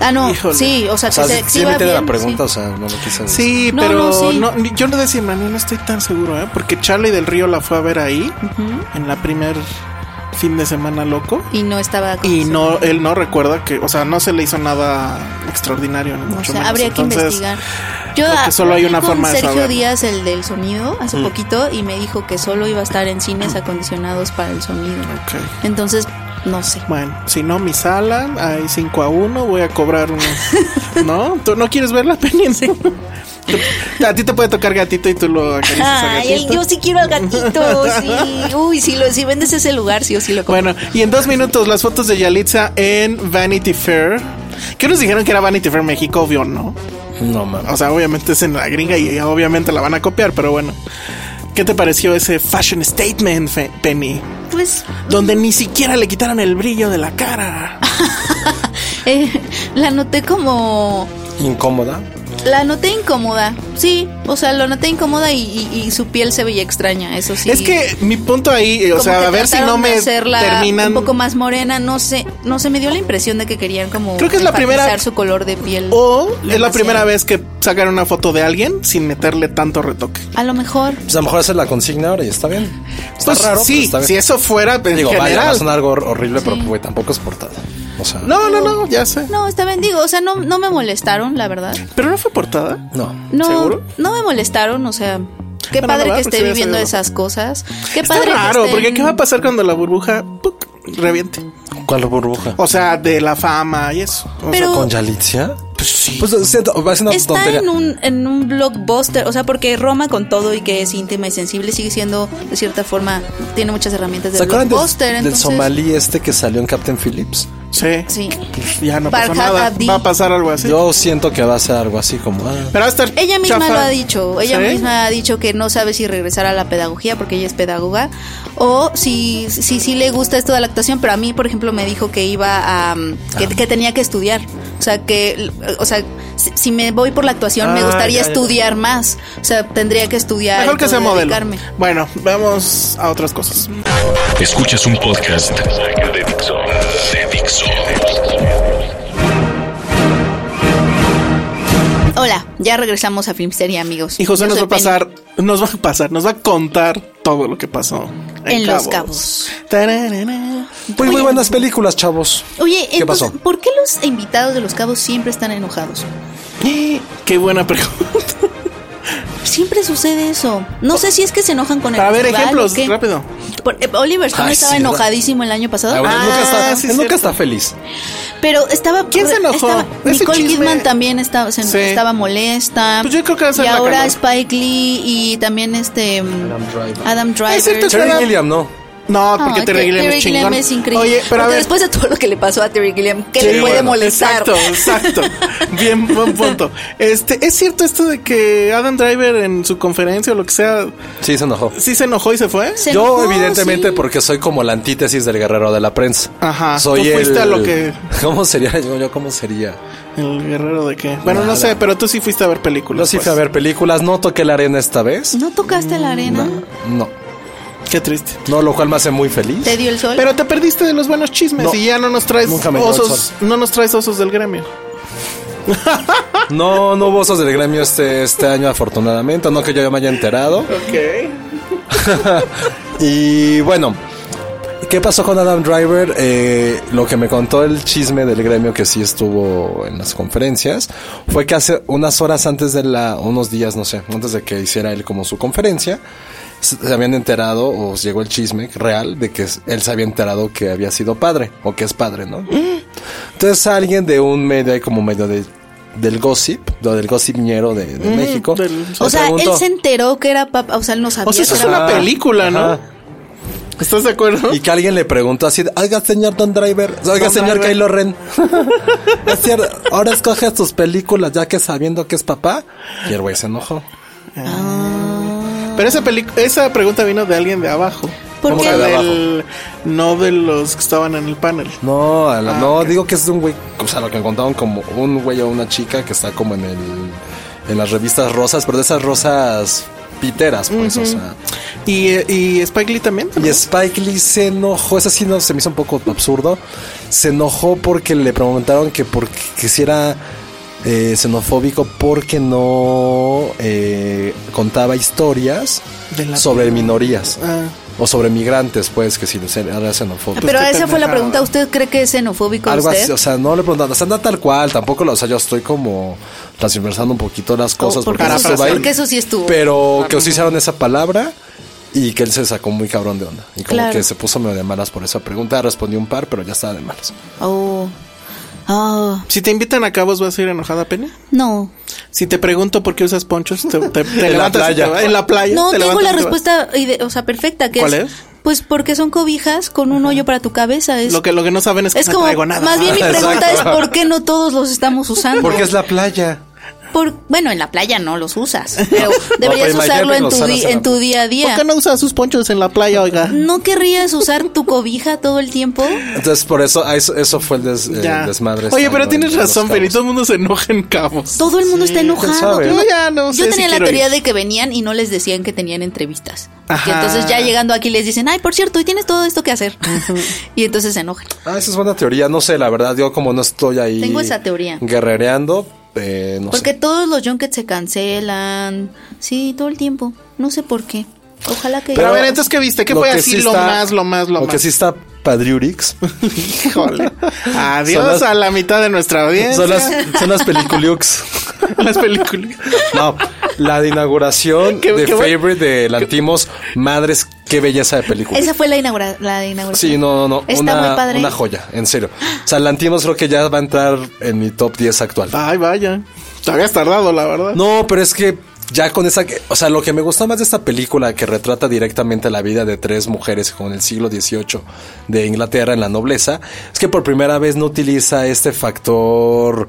Ah, no,
Híjole.
sí, o sea,
O sea,
que se
sí, sí
exhiba
me tiene la
bien. sí.
pregunta, o sea, no lo quise decir.
Sí,
No,
pero
no, sí.
no, ni- yo no de Cinemanía no estoy tan seguro, ¿eh? Porque Charlie del Río la fue a ver ahí en la primer fin de semana loco.
Y no estaba
Y
acondicionado.
no, él no recuerda que, o sea, no se le hizo nada extraordinario, ni
O
mucho
sea,
menos.
habría que
Entonces,
investigar. Yo
creo que
ah,
solo hay
hablé
una
con
forma de
Sergio
saberlo.
Díaz, el del sonido, hace poquito y me dijo que solo iba a estar en cines acondicionados para el sonido.
ok.
Entonces, no sé.
Bueno, si no, mi sala, hay 5 a 1, voy a cobrar uno. ¿No? ¿Tú no quieres ver la peli? Tú- A ti te puede tocar gatito y tú lo acaricias a
Ay, el-
gatito.
yo sí quiero al gatito, sí. Uy, si, lo, si vendes ese lugar, sí o sí lo compro.
Bueno, y en dos minutos las fotos de Yalitza en Vanity Fair. ¿Qué nos dijeron que era Vanity Fair México? Obvio, ¿no?
No, mames.
O sea, obviamente es en la gringa y obviamente la van a copiar, pero bueno. ¿Qué te pareció ese fashion statement, Fe- Penny?
Pues,
donde ni siquiera le quitaron el brillo de la cara.
eh, la noté como...
Incómoda.
La noté incómoda, sí. O sea, lo noté incómoda y, y- y su piel se veía extraña, eso sí.
Es que mi punto ahí, eh, o
Como que
sea, a ver si
trataron
no
de
me
hacerla
terminan.
un poco más morena, no sé, no sé, me dio la impresión de que querían como
Creo que es la primera-
enfatizar su color de piel.
O es la
demasiado.
primera vez que sacaron una foto de alguien sin meterle tanto retoque.
A lo mejor.
Pues a lo mejor esa es la consigna ahora y está bien. Está
Pues
raro, pero
sí,
está bien.
si eso fuera en
Digo, vaya, va a
general.
sonar algo horrible, pero pues, güey, tampoco es portada. O sea,
no, no, no, ya sé.
No, está bien, digo, o sea, no, no me molestaron, la verdad.
Pero no fue portada.
no.
No,
¿Seguro?
no me molestaron, o sea, qué
Bueno,
padre
va,
que
porque
esté
hubiera
viviendo
sabido.
esas cosas. Qué
Está
padre. que
raro,
estén-
porque ¿qué va a pasar cuando la burbuja ¡puc! reviente?
¿Cuál burbuja?
O sea, de la fama y eso. O sea,
Pero-
¿Con Yalitzia?
pues sí.
Pues siento, va a ser una
Está
tontería.
en un, en un blockbuster, o sea, porque Roma con todo y que es íntima y sensible sigue siendo, de cierta forma, tiene muchas herramientas
¿Se
de
acuerdan del,
blockbuster.
del
entonces,
somalí este que salió en Captain Phillips?
Sí.
Sí.
Ya no pasó
Barkat
nada.
Abdi.
Va a pasar algo así.
Yo siento que va a ser algo así como. ah,
Pero va a estar
Ella misma
chafa.
lo ha dicho, ella
¿Sí?
misma ha dicho que no sabe si regresar a la pedagogía porque ella es pedagoga o si sí si, si le gusta esto de la actuación, pero a mí, por ejemplo, me dijo que iba a mm, que,
Ah.
que tenía que estudiar, o sea, que o sea, si, si me voy por la actuación me
Ah,
gustaría
ya, ya.
estudiar más, o sea, tendría que estudiar
Mejor
y
que
todo,
sea modelo.
dedicarme.
Bueno, vamos a otras cosas.
Escuchas un podcast de Dixo. De Dixo.
Hola, ya regresamos a Filmsteria, amigos.
Y José
Yo
nos va
soy
a
Penny.
pasar, nos va a pasar, nos va a contar todo lo que pasó en,
En Los Cabos.
Tararara.
Pues muy buenas películas, chavos.
Oye,
¿Qué
entonces,
pasó?
¿por qué los invitados de Los Cabos siempre están enojados?
Qué buena pregunta.
Siempre sucede eso. No sé si es que se enojan con el
A ver,
festival
ejemplos,
o qué.
rápido.
Por- eh, Oliver Stone
Ay,
estaba
sí, ¿verdad?
enojadísimo el año pasado,
Ahora,
Ah,
nunca está,
sí,
él nunca
cierto.
está feliz.
pero estaba.
¿Quién se enojó?
estaba-
Ese
Nicole
chisme-
Kidman también estaba, se-
Sí.
estaba molesta.
Pues yo creo que va a ser
Y
la
ahora
cagó.
Spike Lee y también este. Adam Driver. Adam Driver.
Es cierto,
Terry
Espera.
Gilliam, no.
No,
Ah,
porque
que
Terry Gilliam es chingón.
es increíble.
Oye, pero a
Porque
ver.
después de todo lo que le pasó a Terry Gilliam, ¿qué
Sí,
le puede
bueno,
molestar?
Exacto, exacto. Bien, buen punto. Este, es cierto esto de que Adam Driver en su conferencia o lo que sea,
Sí, se enojó.
sí se enojó y se fue.
Se
Yo,
enojó,
evidentemente,
sí.
porque soy como la antítesis del guerrero de la prensa.
Ajá,
Soy
tú fuiste
el-
a lo que-
¿Cómo sería yo? yo ¿Cómo sería?
El guerrero de qué. Bueno, no
Nada.
sé, pero tú sí fuiste a ver películas.
Yo sí
pues.
fui a ver películas, no toqué la arena esta vez.
¿No tocaste la arena?
No.
Qué triste.
No, lo cual me hace muy feliz.
¿Te dio el sol?
Pero te perdiste de los buenos chismes
No.
y ya no nos traes
Nunca me llegó el
osos, no nos traes osos del gremio.
No, no hubo osos del gremio este, este año, afortunadamente. No que yo ya me haya enterado.
Ok.
Y bueno, ¿qué pasó con Adam Driver? Eh, lo que me contó el chisme del gremio que sí estuvo en las conferencias fue que hace unas horas antes de la, unos días, no sé, antes de que hiciera él como su conferencia, se se habían enterado o llegó el chisme real de que s- él se había enterado que había sido padre o que es padre, ¿no? Entonces alguien de un medio ahí como medio de del gossip, o del gossipñero de, de México.
del-
le
o sea,
preguntó,
él se enteró que era papá. O sea, él no sabía.
O sea, eso
que
es
era
una
Ajá.
película, ¿no?
Ajá.
¿Estás de acuerdo?
Y que alguien le preguntó así, de, oiga señor Don Driver, oiga
Don
señor
Driver.
Kylo Ren, es cierto, ahora escoge tus películas ya que sabiendo que es papá. Y el güey se enojó.
Pero esa peli- esa pregunta vino de alguien de abajo.
¿Por
O
qué?
sea,
De abajo.
del- no de los que estaban en el panel.
No, a la-
Ah,
no, digo que es de un güey, o sea, lo que me contaron como un güey o una chica que está como en el, en las revistas rosas, pero de esas rosas piteras, pues, o sea.
Y, eh, y Spike Lee también. ¿no?
Y Spike Lee se enojó, eso sí no, se me hizo un poco absurdo. Se enojó porque le preguntaron que por qué- que si era eh, xenofóbico porque no eh, contaba historias
De la-
sobre minorías
Ah.
o sobre migrantes, pues que si era xenofóbico.
Ah,
Este,
Pero
Pues qué
esa fue la
pendejada.
pregunta. ¿Usted cree que es xenofóbico
Algo
usted?
así, o sea, no le preguntaron, o sea, no tal cual, tampoco, lo- o sea, yo estoy como transversando un poquito las
Oh,
cosas
porque
no
eso-
se va a ir.
porque eso sí estuvo.
Pero que se usaron esa palabra y que él se sacó muy cabrón de onda. Y como
Claro.
que se puso medio de malas por esa pregunta, respondió un par, pero ya estaba de malas.
Oh. Oh.
Si te invitan a cabos, ¿vas a ir enojada, Penny?
No.
Si te pregunto por qué usas ponchos, te, te- te
En la
levantas y te
playa.
vas. en la playa.
No,
te
tengo
levantas
la
y te vas.
respuesta, ide- o sea, perfecta, que
¿Cuál
es,
es?
Pues porque son cobijas con un hoyo para tu cabeza. Es,
Lo que, lo que no saben es que
es
no
como.
traigo nada.
Más bien mi
Exacto.
pregunta es: ¿por qué no todos los estamos usando?
Porque es la playa.
Por- bueno, en la playa no los usas, pero deberías
pero en
usarlo
Miami
en
los
tu,
usas
di-
en la-
en tu día a
¿Por
día.
qué no usas sus ponchos en la playa, oiga?
¿No querrías usar tu cobija todo el tiempo?
Entonces, por eso, ah, eso, eso fue el, des- el
Ya.
desmadre.
Oye,
este
pero
año
tienes
en Los
razón,
Cabos.
Penny. Todo el mundo se enoja en cabos.
Todo el mundo está enojado.
sabe?
Yo,
Yo ya no
yo
sé
tenía
si
la
quiero
teoría
ir.
de que venían y no les decían que tenían entrevistas. Y
Ajá.
entonces ya llegando aquí les dicen, ay, por cierto, y tienes todo esto que hacer. y entonces se enojan.
Ah, esa es buena teoría. No sé, la verdad, yo como no estoy ahí.
Tengo esa teoría.
Guerrereando, eh, no
Porque
sé.
todos los junkets se cancelan. Sí, todo el tiempo. No sé por qué. Ojalá que...
Pero a ver, entonces, ¿qué viste? ¿Qué
Lo
fue
que
así lo
está-
más, lo más, lo
que
más?
sí está Padriurix.
Híjole. Adiós
Son las-
a la mitad de nuestra audiencia.
son las, son las peliculiux.
las películas.
No, la de inauguración
Qué-
de
qué bueno.
Favorite de Lantimos. Madres, qué belleza de película.
Esa fue la, inaugura la de inauguración.
Sí, no, no, no.
Está
una,
muy padre.
una joya, en serio. O sea, Lantimos creo que ya va a entrar en mi top 10 actual.
Ay, vaya. Te habías tardado, la verdad.
No, pero es que ya con esa, o sea, lo que me gusta más de esta película que retrata directamente la vida de tres mujeres con el siglo XVIII de Inglaterra en la nobleza, es que por primera vez no utiliza este factor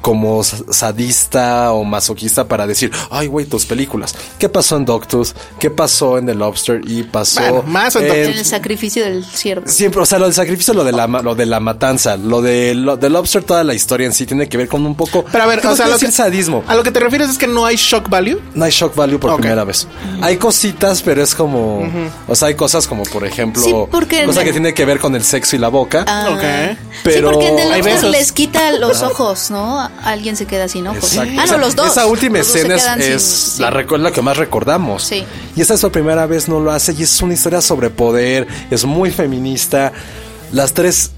como s- sadista o masoquista para decir, ay, güey, tus películas. ¿Qué pasó en Doctus? ¿Qué pasó en The Lobster? Y pasó
Bueno, más en
En el sacrificio del ciervo.
Siempre, o sea, lo del sacrificio, lo de la, ma- lo de la matanza, lo de lo, del lobster, toda la historia en sí tiene que ver con un poco.
Pero a ver,
no
o sea,
quiero
lo
decir
que,
sadismo.
a lo que te refieres es que no hay shock value.
No hay shock value por
Ok.
primera vez. Hay cositas, pero es como. O sea, hay cosas como, por ejemplo,
Sí, porque- Ah,
cosa que tiene que ver con el sexo y la boca.
Ok.
Pero-
sí, porque en The
Hay
Lobster
besos.
les quita los ojos, ¿no? Alguien se queda sin ojos.
Exacto.
Ah,
Esa-
no, los dos.
Esa última
Los dos se
escena es,
quedan sin-
es
sí.
la, recu- la que más recordamos.
Sí.
Y esta es por primera vez no lo hace y es una historia sobre poder, es muy feminista. Las tres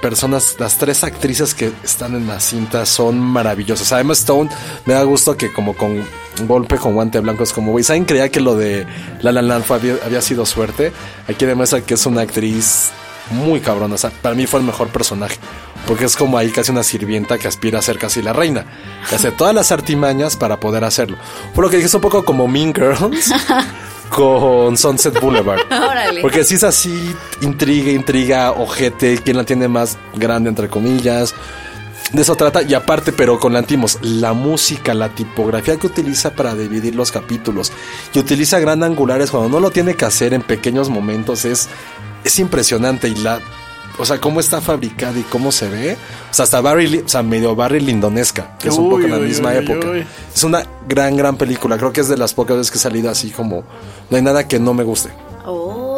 personas, las tres actrices que están en la cinta son maravillosas. A Emma Stone me da gusto que como con un golpe con guante blanco es como, güey, ¿saben? Creía que lo de La La Land fue- había, había sido suerte. Aquí demuestra que es una actriz muy cabrona. O sea, para mí fue el mejor personaje. Porque es como ahí casi una sirvienta que aspira a ser casi la reina. Que hace todas las artimañas para poder hacerlo. Por lo que dije, es un poco como Mean Girls con Sunset Boulevard.
Órale.
Porque si es así, intriga, intriga, ojete, quién la tiene más grande, entre comillas. De eso trata, y aparte, pero con Lantimos, la música, la tipografía que utiliza para dividir los capítulos, y utiliza gran angulares cuando no lo tiene que hacer en pequeños momentos, es, es impresionante. Y la, o sea, cómo está fabricada y cómo se ve, o sea, hasta Barry, Lin- o sea, medio Barry Lindonesca, que es un
Uy,
poco en la
uy,
misma
uy,
época.
uy.
Es una gran, gran película, creo que es de las pocas veces que he salido así como, no hay nada que no me guste.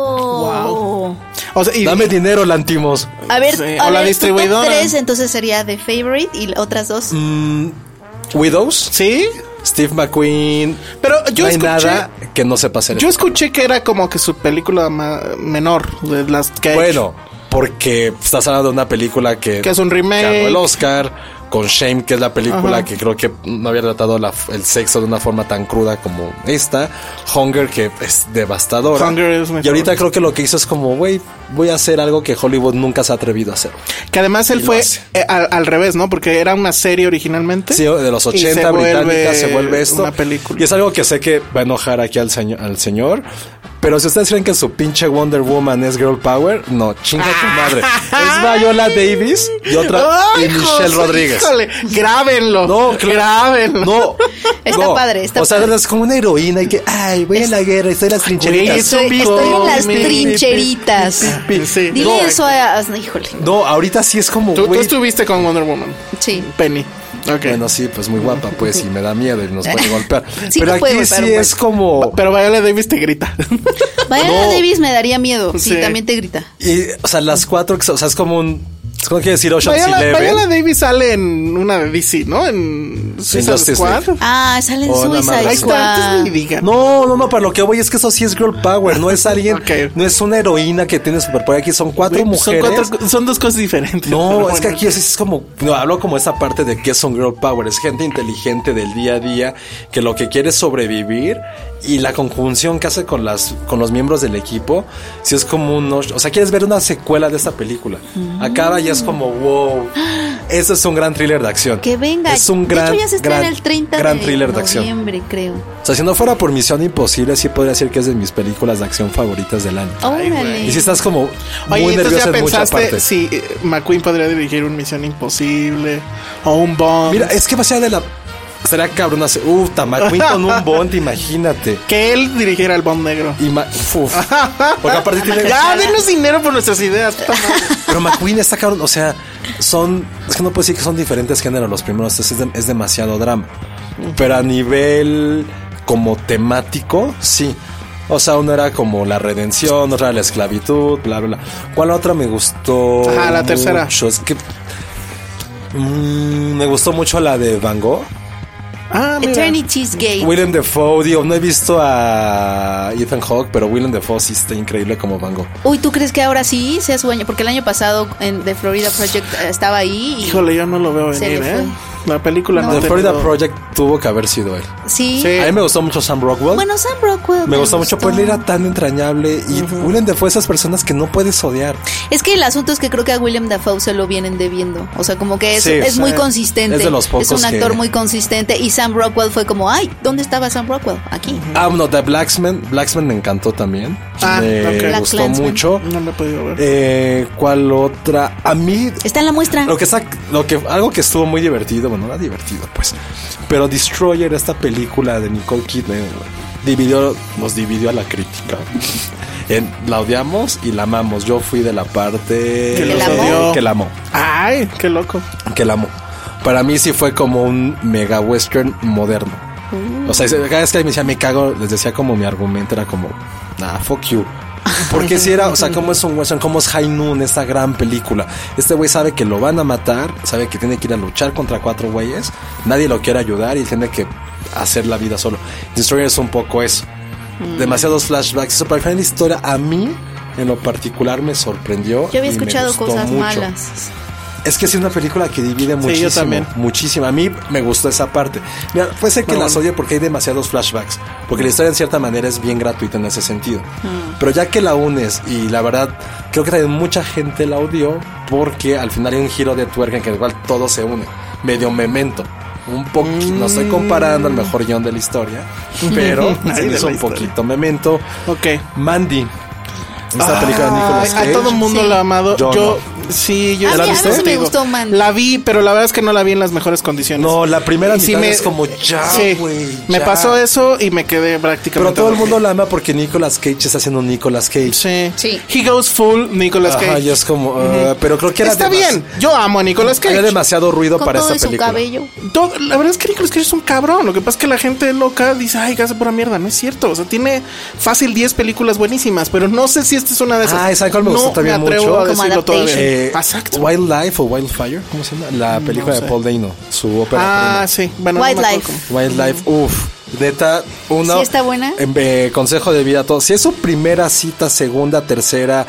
Oh.
O sea, y,
Dame dinero, Lantimos.
A ver,
Sí,
a
o la
ver, tu top
distribuidora.
tres, entonces sería The Favorite y la- otras dos.
Mm. Widows,
sí,
Steve McQueen.
pero yo
no hay
escuché,
nada que no sepa hacer.
yo escuché que era como que su película ma- menor de las que ha
bueno, porque estás hablando de una película que,
Que es un remake.
ganó el Oscar. Con Shame, que es la película
Ajá.
que creo que no había tratado la- el sexo de una forma tan cruda como esta. Hunger, que es devastadora.
Hunger es mejor.
y ahorita creo que lo que hizo es como, güey, voy a hacer algo que Hollywood nunca se ha atrevido a hacer.
hecho. que además
Y
él
lo
fue
hace.
eh, al, al revés, ¿no? Porque era una serie originalmente.
Sí, de los
Y
80
se
británica
vuelve
se vuelve esto.
Una película.
Y es algo que sé que va a enojar aquí al señor, al señor. Pero si ustedes creen que su pinche Wonder Woman es Girl Power, no, chinga tu madre. Es Viola Davis y otra
Ah. ¡Ay,
y Michelle
José,
Rodríguez.
híjole! grábenlo.
No, claro.
grábenlo.
No,
Está
no.
padre, está
O sea,
padre.
es como una heroína y que, ay, voy a la guerra, estoy en las trincheritas.
Güey, es un
Estoy, estoy en las
mi-
trincheritas.
pi, pi. Sí.
Dile
No,
eso a, a- Híjole,
No, ahorita sí es como,
Tú, tú
güey,
estuviste con Wonder Woman,
sí.
Penny. Ok.
Bueno, sí, pues muy guapa, pues, y me da miedo y nos puede golpear.
Sí,
Pero
nos puede
aquí
golpear,
sí
güey.
es como...
Pero Viola Davis te grita.
Viola Davis me daría miedo. Sí,
Sí.
también te grita.
Y, o sea, las cuatro, que son- o sea, es como un. Es como que decir Ocean's
Viola,
Eleven.
Viola Davis sale en una de DC, ¿no? En Suicide
Justice
Squad.
Ah, sale en
Hola, madre.
Suicide
Ahí está,
este
Squad.
antes ni digan.
No, no, no, para lo que voy es que eso sí es girl power, no es alguien,
Ok.
no es una heroína que tiene superpoder aquí, son cuatro
Güey, son,
mujeres.
cuatro co- son dos cosas diferentes.
No,
Pero
es que
bueno.
aquí es, es como, no, hablo como esta parte de que es un girl power, es gente inteligente del día a día, que lo que quiere es sobrevivir y la conjunción que hace con las, con los miembros del equipo, si es como un, o sea, quieres ver una secuela de esta película.
Mm.
Acaba y es como, wow, ese es un gran thriller de acción.
Que venga.
Es un
De
gran,
hecho, ya se estrena
gran,
el 30
gran
de
thriller de acción.
noviembre, creo.
O sea, si no fuera por Misión Imposible, sí podría decir que es de mis películas de acción favoritas del año.
Órale.
Y si estás como
Oye,
muy
entonces
nerviosa
ya
en muchas
pensaste
partes.
si eh, McQueen podría dirigir un Misión Imposible o un Bond.
Mira, es que más allá de la. Será cabrón hacer. Uh, McQueen con un Bond, imagínate.
que él dirigiera el Bond negro.
Ima- Uf. Porque aparte tiene.
Ya, denos dinero por nuestras ideas. puta madre.
Pero McQueen está cabrón. O sea, son. Es que no puedo decir que son diferentes géneros los primeros. Es, es de- es demasiado drama. Pero a nivel como temático, sí. O sea, uno era como la redención, otra era la esclavitud, bla, bla, bla. ¿Cuál otra me gustó?
Ajá, la tercera.
mucho? Es que. mm, me gustó mucho la de Van Gogh.
ah, mira.
Eternity's Gate.
Willem Dafoe, digo, no he visto a Ethan Hawke, pero Willem Dafoe sí está increíble como Van Gogh.
Uy, ¿tú crees que ahora sí sea su año? Porque el año pasado en The Florida Project eh, estaba ahí y
Híjole, yo no lo veo
se le
venir,
fue.
¿eh? La película no,
The
ha
Florida
tenido-
Project tuvo que haber sido él.
Sí.
Sí.
A mí me gustó mucho Sam Rockwell.
Bueno, Sam Rockwell.
me gustó mucho, pues él era tan entrañable. Y Willem Dafoe, esas personas que no puedes odiar.
Es que el asunto es que creo que a William Dafoe se lo vienen debiendo. O sea, como que es,
Sí,
es
sí.
muy consistente.
Es de los pocos
un actor
que-
muy consistente. Y Sam Rockwell fue como, ay, ¿dónde estaba Sam Rockwell? Aquí.
Ah, no, The Blacksman. Blacksman me encantó también.
Ah,
me
ok.
Black
gustó
Klansman.
mucho.
No la he podido ver.
Eh, ¿Cuál otra? A mí,
Está en la muestra.
Lo que está, lo que, algo que estuvo muy divertido, bueno, no era divertido, pues. Pero Destroyer, esta película de Nicole Kidman, dividió, nos dividió a la crítica. En, la odiamos y la amamos. Yo fui de la parte
Que
la
eh,
amó.
que la amó.
Ay, qué loco.
Que la amó. Para mí sí fue como un mega western moderno.
Mm.
O sea, cada vez que me decía me cago, les decía como mi argumento era como, nah, fuck you. Porque si era, o sea, cómo es un western, cómo es High Noon, esta gran película. Este güey sabe que lo van a matar, sabe que tiene que ir a luchar contra cuatro güeyes, nadie lo quiere ayudar y tiene que hacer la vida solo. Destroyer es un poco eso.
Mm.
Demasiados flashbacks. Eso, para el final de la historia, a mí, en lo particular, me sorprendió.
Yo había
y me
escuchado
gustó
cosas
mucho.
malas.
Es que es una película que divide muchísimo.
yo también.
Muchísimo. A mí me gustó esa parte. Mira, puede ser que las odie porque hay demasiados flashbacks. Porque la historia, en cierta manera, es bien gratuita en ese sentido.
Mm.
Pero ya que la unes, y la verdad, creo que también mucha gente la odió porque al final hay un giro de tuerca en que igual todo se une. Medio memento. Un poquito, no estoy comparando al mejor guión de la historia, pero se
Mm. Ay,
me
de
hizo
la
un
historia.
poquito memento.
Ok.
Mandy, esta película de Nicolas
Ah, Ay,
Cage.
a todo el mundo
Sí.
la ha amado.
Yo
Yo, sí, yo
A
la
mí- a mí
viste?
sí me
Digo,
gustó Mandy.
La vi, pero la verdad es que no la vi en las mejores condiciones.
No, la primera
Y sí
mitad
me-
es como ya,
sí,
güey.
me
ya.
pasó eso y me quedé
Pero
prácticamente.
todo el mundo
dormido.
la ama porque Nicolas Cage está haciendo Nicolas Cage.
Sí.
Sí.
He goes full Nicolas
Ajá,
Cage.
y es como, ah, pero creo que era
Está
demas-
bien. Yo amo a Nicolas Cage.
Había demasiado ruido
Con
para
todo
esta
y su
película.
cabello.
Todo- la verdad es que Nicolas Cage es un cabrón. Lo que pasa es que la gente loca dice, ay, que hace pura mierda. No es cierto. O sea, tiene fácil 10 películas buenísimas, pero no sé si esta es una de esas.
Ah, esa cual me gustó
no
también
me atrevo
mucho.
a
Como
decirlo todavía.
Adaptation.
Eh,
Exacto. Mm,
Wildlife o Wildfire, ¿cómo se llama? La película de
sé.
Paul Dano, su ópera.
ah, sí. Mm. Bueno, no me acuerdo
Wildlife.
cómo.
prima. Wildlife, uff. Neta, uno.
¿Sí está buena?
em, eh, consejo de vida a todos. Si es su primera cita, segunda, tercera,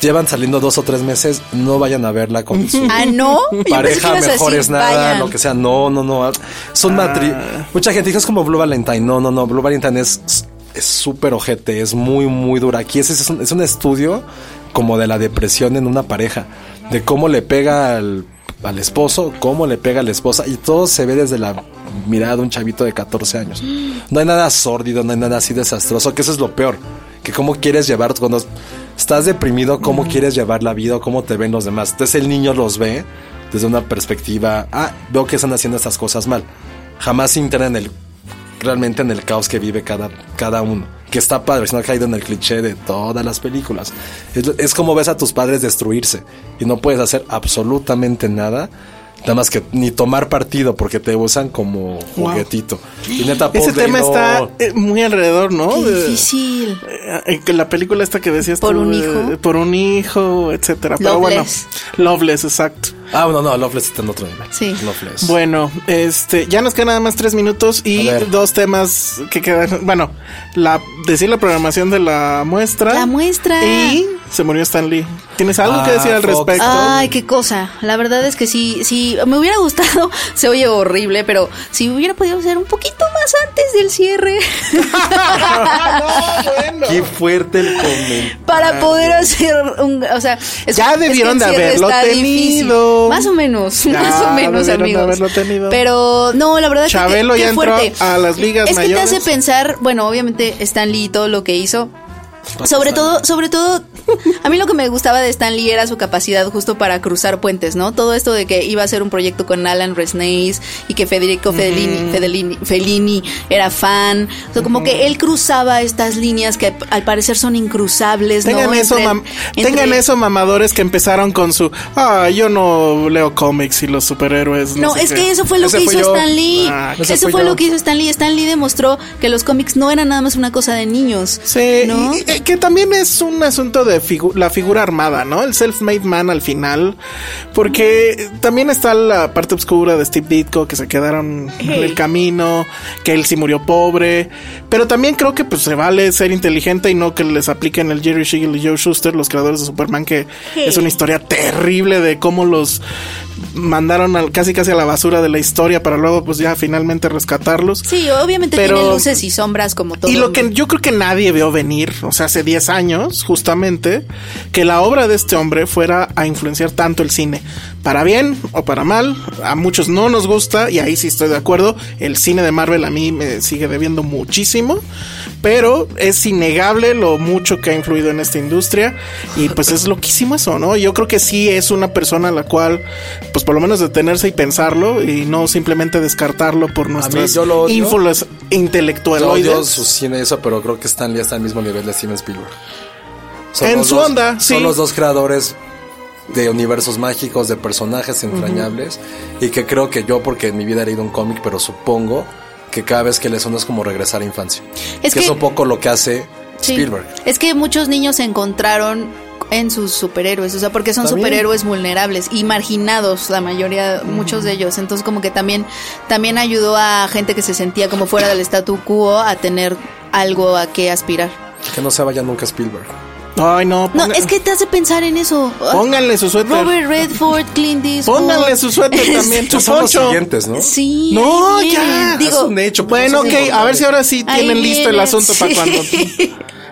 llevan saliendo dos o tres meses, no vayan a verla con su
Ah, no. Yo pensé que
pareja
ibas a
mejor
decir,
es nada,
vayan.
lo que sea. No, no, no. Son matri. Mucha gente dice es como Blue Valentine. No, no, no. Blue Valentine es es súper ojete, es muy, muy dura. Aquí es, es, un, es un estudio como de la depresión en una pareja, de cómo le pega al, al esposo, cómo le pega a la esposa, y todo se ve desde la mirada de un chavito de 14 años. No hay nada sórdido, no hay nada así desastroso, que eso es lo peor, que cómo quieres llevar cuando estás deprimido, cómo quieres llevar la vida, cómo te ven los demás. Entonces el niño los ve desde una perspectiva, ah, veo que están haciendo estas cosas mal. Jamás se integra en el realmente en el caos que vive cada, cada uno. Que está padre, si no ha caído en el cliché de todas las películas. Es, es como ves a tus padres destruirse y no puedes hacer absolutamente nada. Nada más que ni tomar partido porque te usan como juguetito. Y neta,
Ese
Paul
tema
Dano-
está eh, muy alrededor, ¿no?
Qué
De-
difícil.
eh, eh, que la película esta que decías
Por
tú,
un
eh,
hijo.
por un hijo, etcétera. Pero bueno,
Loveless.
Loveless, exacto.
Ah, no, no, Loveless está en otro nivel.
Sí.
Loveless.
Bueno, este, ya nos quedan nada más tres minutos y
A ver.
dos temas que quedan. Bueno, la decir la programación de la muestra.
La muestra.
Y se murió Stanley. ¿Tienes algo que
Ah,
decir al
Fox.
respecto?
Ay, qué cosa. La verdad es que sí, sí, me hubiera gustado, se oye horrible, pero si hubiera podido ser un poquito más antes del cierre
Ah, no, bueno.
Qué fuerte el comentario.
para poder hacer un, o sea, es-
Ah, Ya
es que
debieron
el
de
cierre
haberlo
está difícil.
tenido.
Más o menos,
Ya
más o
debieron
menos,
de
amigos.
haberlo tenido.
Pero no, la verdad
Chabelo
es que qué-
ya
qué
entró
fuerte.
a las ligas
Es
mayores.
que te hace pensar, bueno, obviamente Stan Lee y todo lo que hizo, Sobre todo, sobre todo, a mí lo que me gustaba de Stan Lee era su capacidad justo para cruzar puentes, ¿no? Todo esto de que iba a hacer un proyecto con Alan Resnais y que Federico Fellini, Fellini- Fellini era fan. O sea, como que él cruzaba estas líneas que al parecer son incruzables,
Tengan,
¿no?
eso,
Entre-
mam-
entre-
tengan eso, mamadores que empezaron con su. Ah, yo no leo cómics y los superhéroes. No,
No,
sé
es
qué".
que eso fue lo
Ese
que
fui
hizo
yo.
Stan Lee.
Ah,
ese
eso
fui
fue
yo.
lo que hizo Stan Lee. Stan Lee demostró que los cómics no eran nada más una cosa de niños.
Sí,
¿no?
y- eh, y- que también es un asunto de figu- la figura armada, ¿no? El self-made man al final. Porque también está la parte oscura de Steve Ditko, que se quedaron en el camino, que él sí murió pobre. Pero también creo que pues se vale ser inteligente y no que les apliquen el Jerry Siegel y Joe Schuster, los creadores de Superman, que es una historia terrible de cómo los mandaron al, casi casi a la basura de la historia para luego pues ya finalmente rescatarlos.
Sí, obviamente
Pero-
tiene luces y sombras como todo.
Y lo que yo creo que nadie vio venir, o sea, hace 10 años, justamente, que la obra de este hombre fuera a influenciar tanto el cine, para bien o para mal, a muchos no nos gusta, y ahí sí estoy de acuerdo, el cine de Marvel a mí me sigue debiendo muchísimo, pero es innegable lo mucho que ha influido en esta industria, y pues es loquísimo eso, ¿no? Yo creo que sí es una persona a la cual, pues por lo menos detenerse y pensarlo, y no simplemente descartarlo por nuestras
yo lo odio.
ínfulas
Yo
intelectualoides.
odio su cine y eso, pero creo que Stan Lee está al mismo nivel de Steven Spielberg. Son
En
los
su
dos-
onda, sí.
Son los dos creadores de universos mágicos, de personajes entrañables. Y que creo que yo, porque en mi vida he leído un cómic, pero supongo que cada vez que lees uno es como regresar a la infancia.
Es
Es que,
que-
es un poco lo que hace
Sí.
Spielberg.
Es que muchos niños se encontraron en sus superhéroes, o sea, porque son
También.
superhéroes vulnerables y marginados la mayoría, muchos
Mm.
de ellos. Entonces, como que también también ayudó a gente que se sentía como fuera del statu quo a tener algo a qué aspirar.
Que no se vaya nunca Spielberg.
Ay, no.
No,
ponga-
es que te hace pensar en eso. Ah,
Pónganle su suéter.
Robert Redford, Clint Eastwood.
Pónganle su suéter también.
Ya
Su
son los
poncho.
siguientes, ¿no?
Sí.
No,
ahí
ya.
vienen. Digo,
Es un hecho. pues,
Bueno,
no
ok,
son
a ver si ahora sí
Ahí
tienen listo el
vienen,
asunto para
sí.
cuando.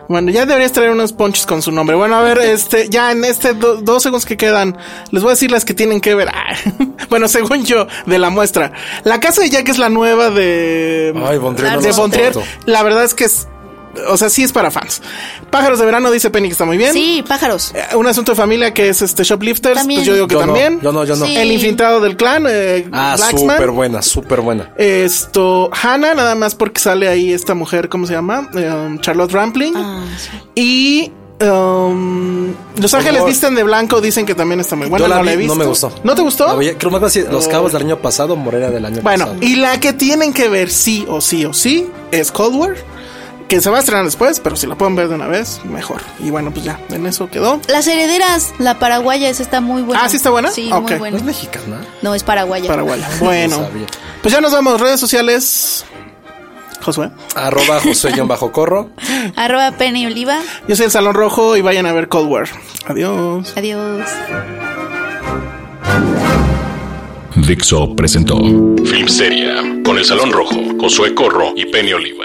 Bueno, ya deberías traer unos ponchos con su nombre. Bueno, a ver, este, ya en este do- dos segundos que quedan, les voy a decir las que tienen que ver. Ah, bueno, según yo, de la muestra. La casa de Jack es la nueva de.
Ay, Bontrier, no
de
la
Bontrier.
soporto.
La verdad es que es. O sea, sí es para fans. Pájaros de verano, dice Penny, que está muy bien.
Sí, pájaros.
Eh, Un asunto de familia que es este Shoplifters.
También.
Pues yo digo que
Yo no,
también.
yo no, yo no.
Sí.
El infiltrado del clan, eh,
Ah,
Blacksman.
súper buena, súper buena.
Esto, Hannah, nada más porque sale ahí esta mujer, ¿cómo se llama? Eh, Charlotte Rampling.
Ah, sí.
Y um, Los Ángeles
Amor.
Visten de Blanco dicen que también está muy buena.
Yo la
no la he
vi,
visto.
no me gustó.
¿No te gustó?
La veía- creo más así, Los Cabos del año pasado, Morera del año
Bueno,
pasado.
y la que tienen que ver sí o sí o sí es Cold War, que se va a estrenar después, pero si la pueden ver de una vez, mejor. Y bueno, pues ya, en eso quedó.
Las herederas, la paraguaya, esa está muy buena.
Ah, ¿sí está buena?
Sí,
Ok.
muy
¿No es
buena.
mexicana?
No, es paraguaya.
Paraguay. Bueno,
No sabía.
pues ya nos vamos. Redes sociales. Josué.
Arroba Josué-Corro.
Arroba Penny Oliva.
Yo soy el Salón Rojo y vayan a ver Cold War. Adiós.
Adiós.
Dixo presentó Filmsteria con el Salón Rojo, Josué Corro y Penny Oliva.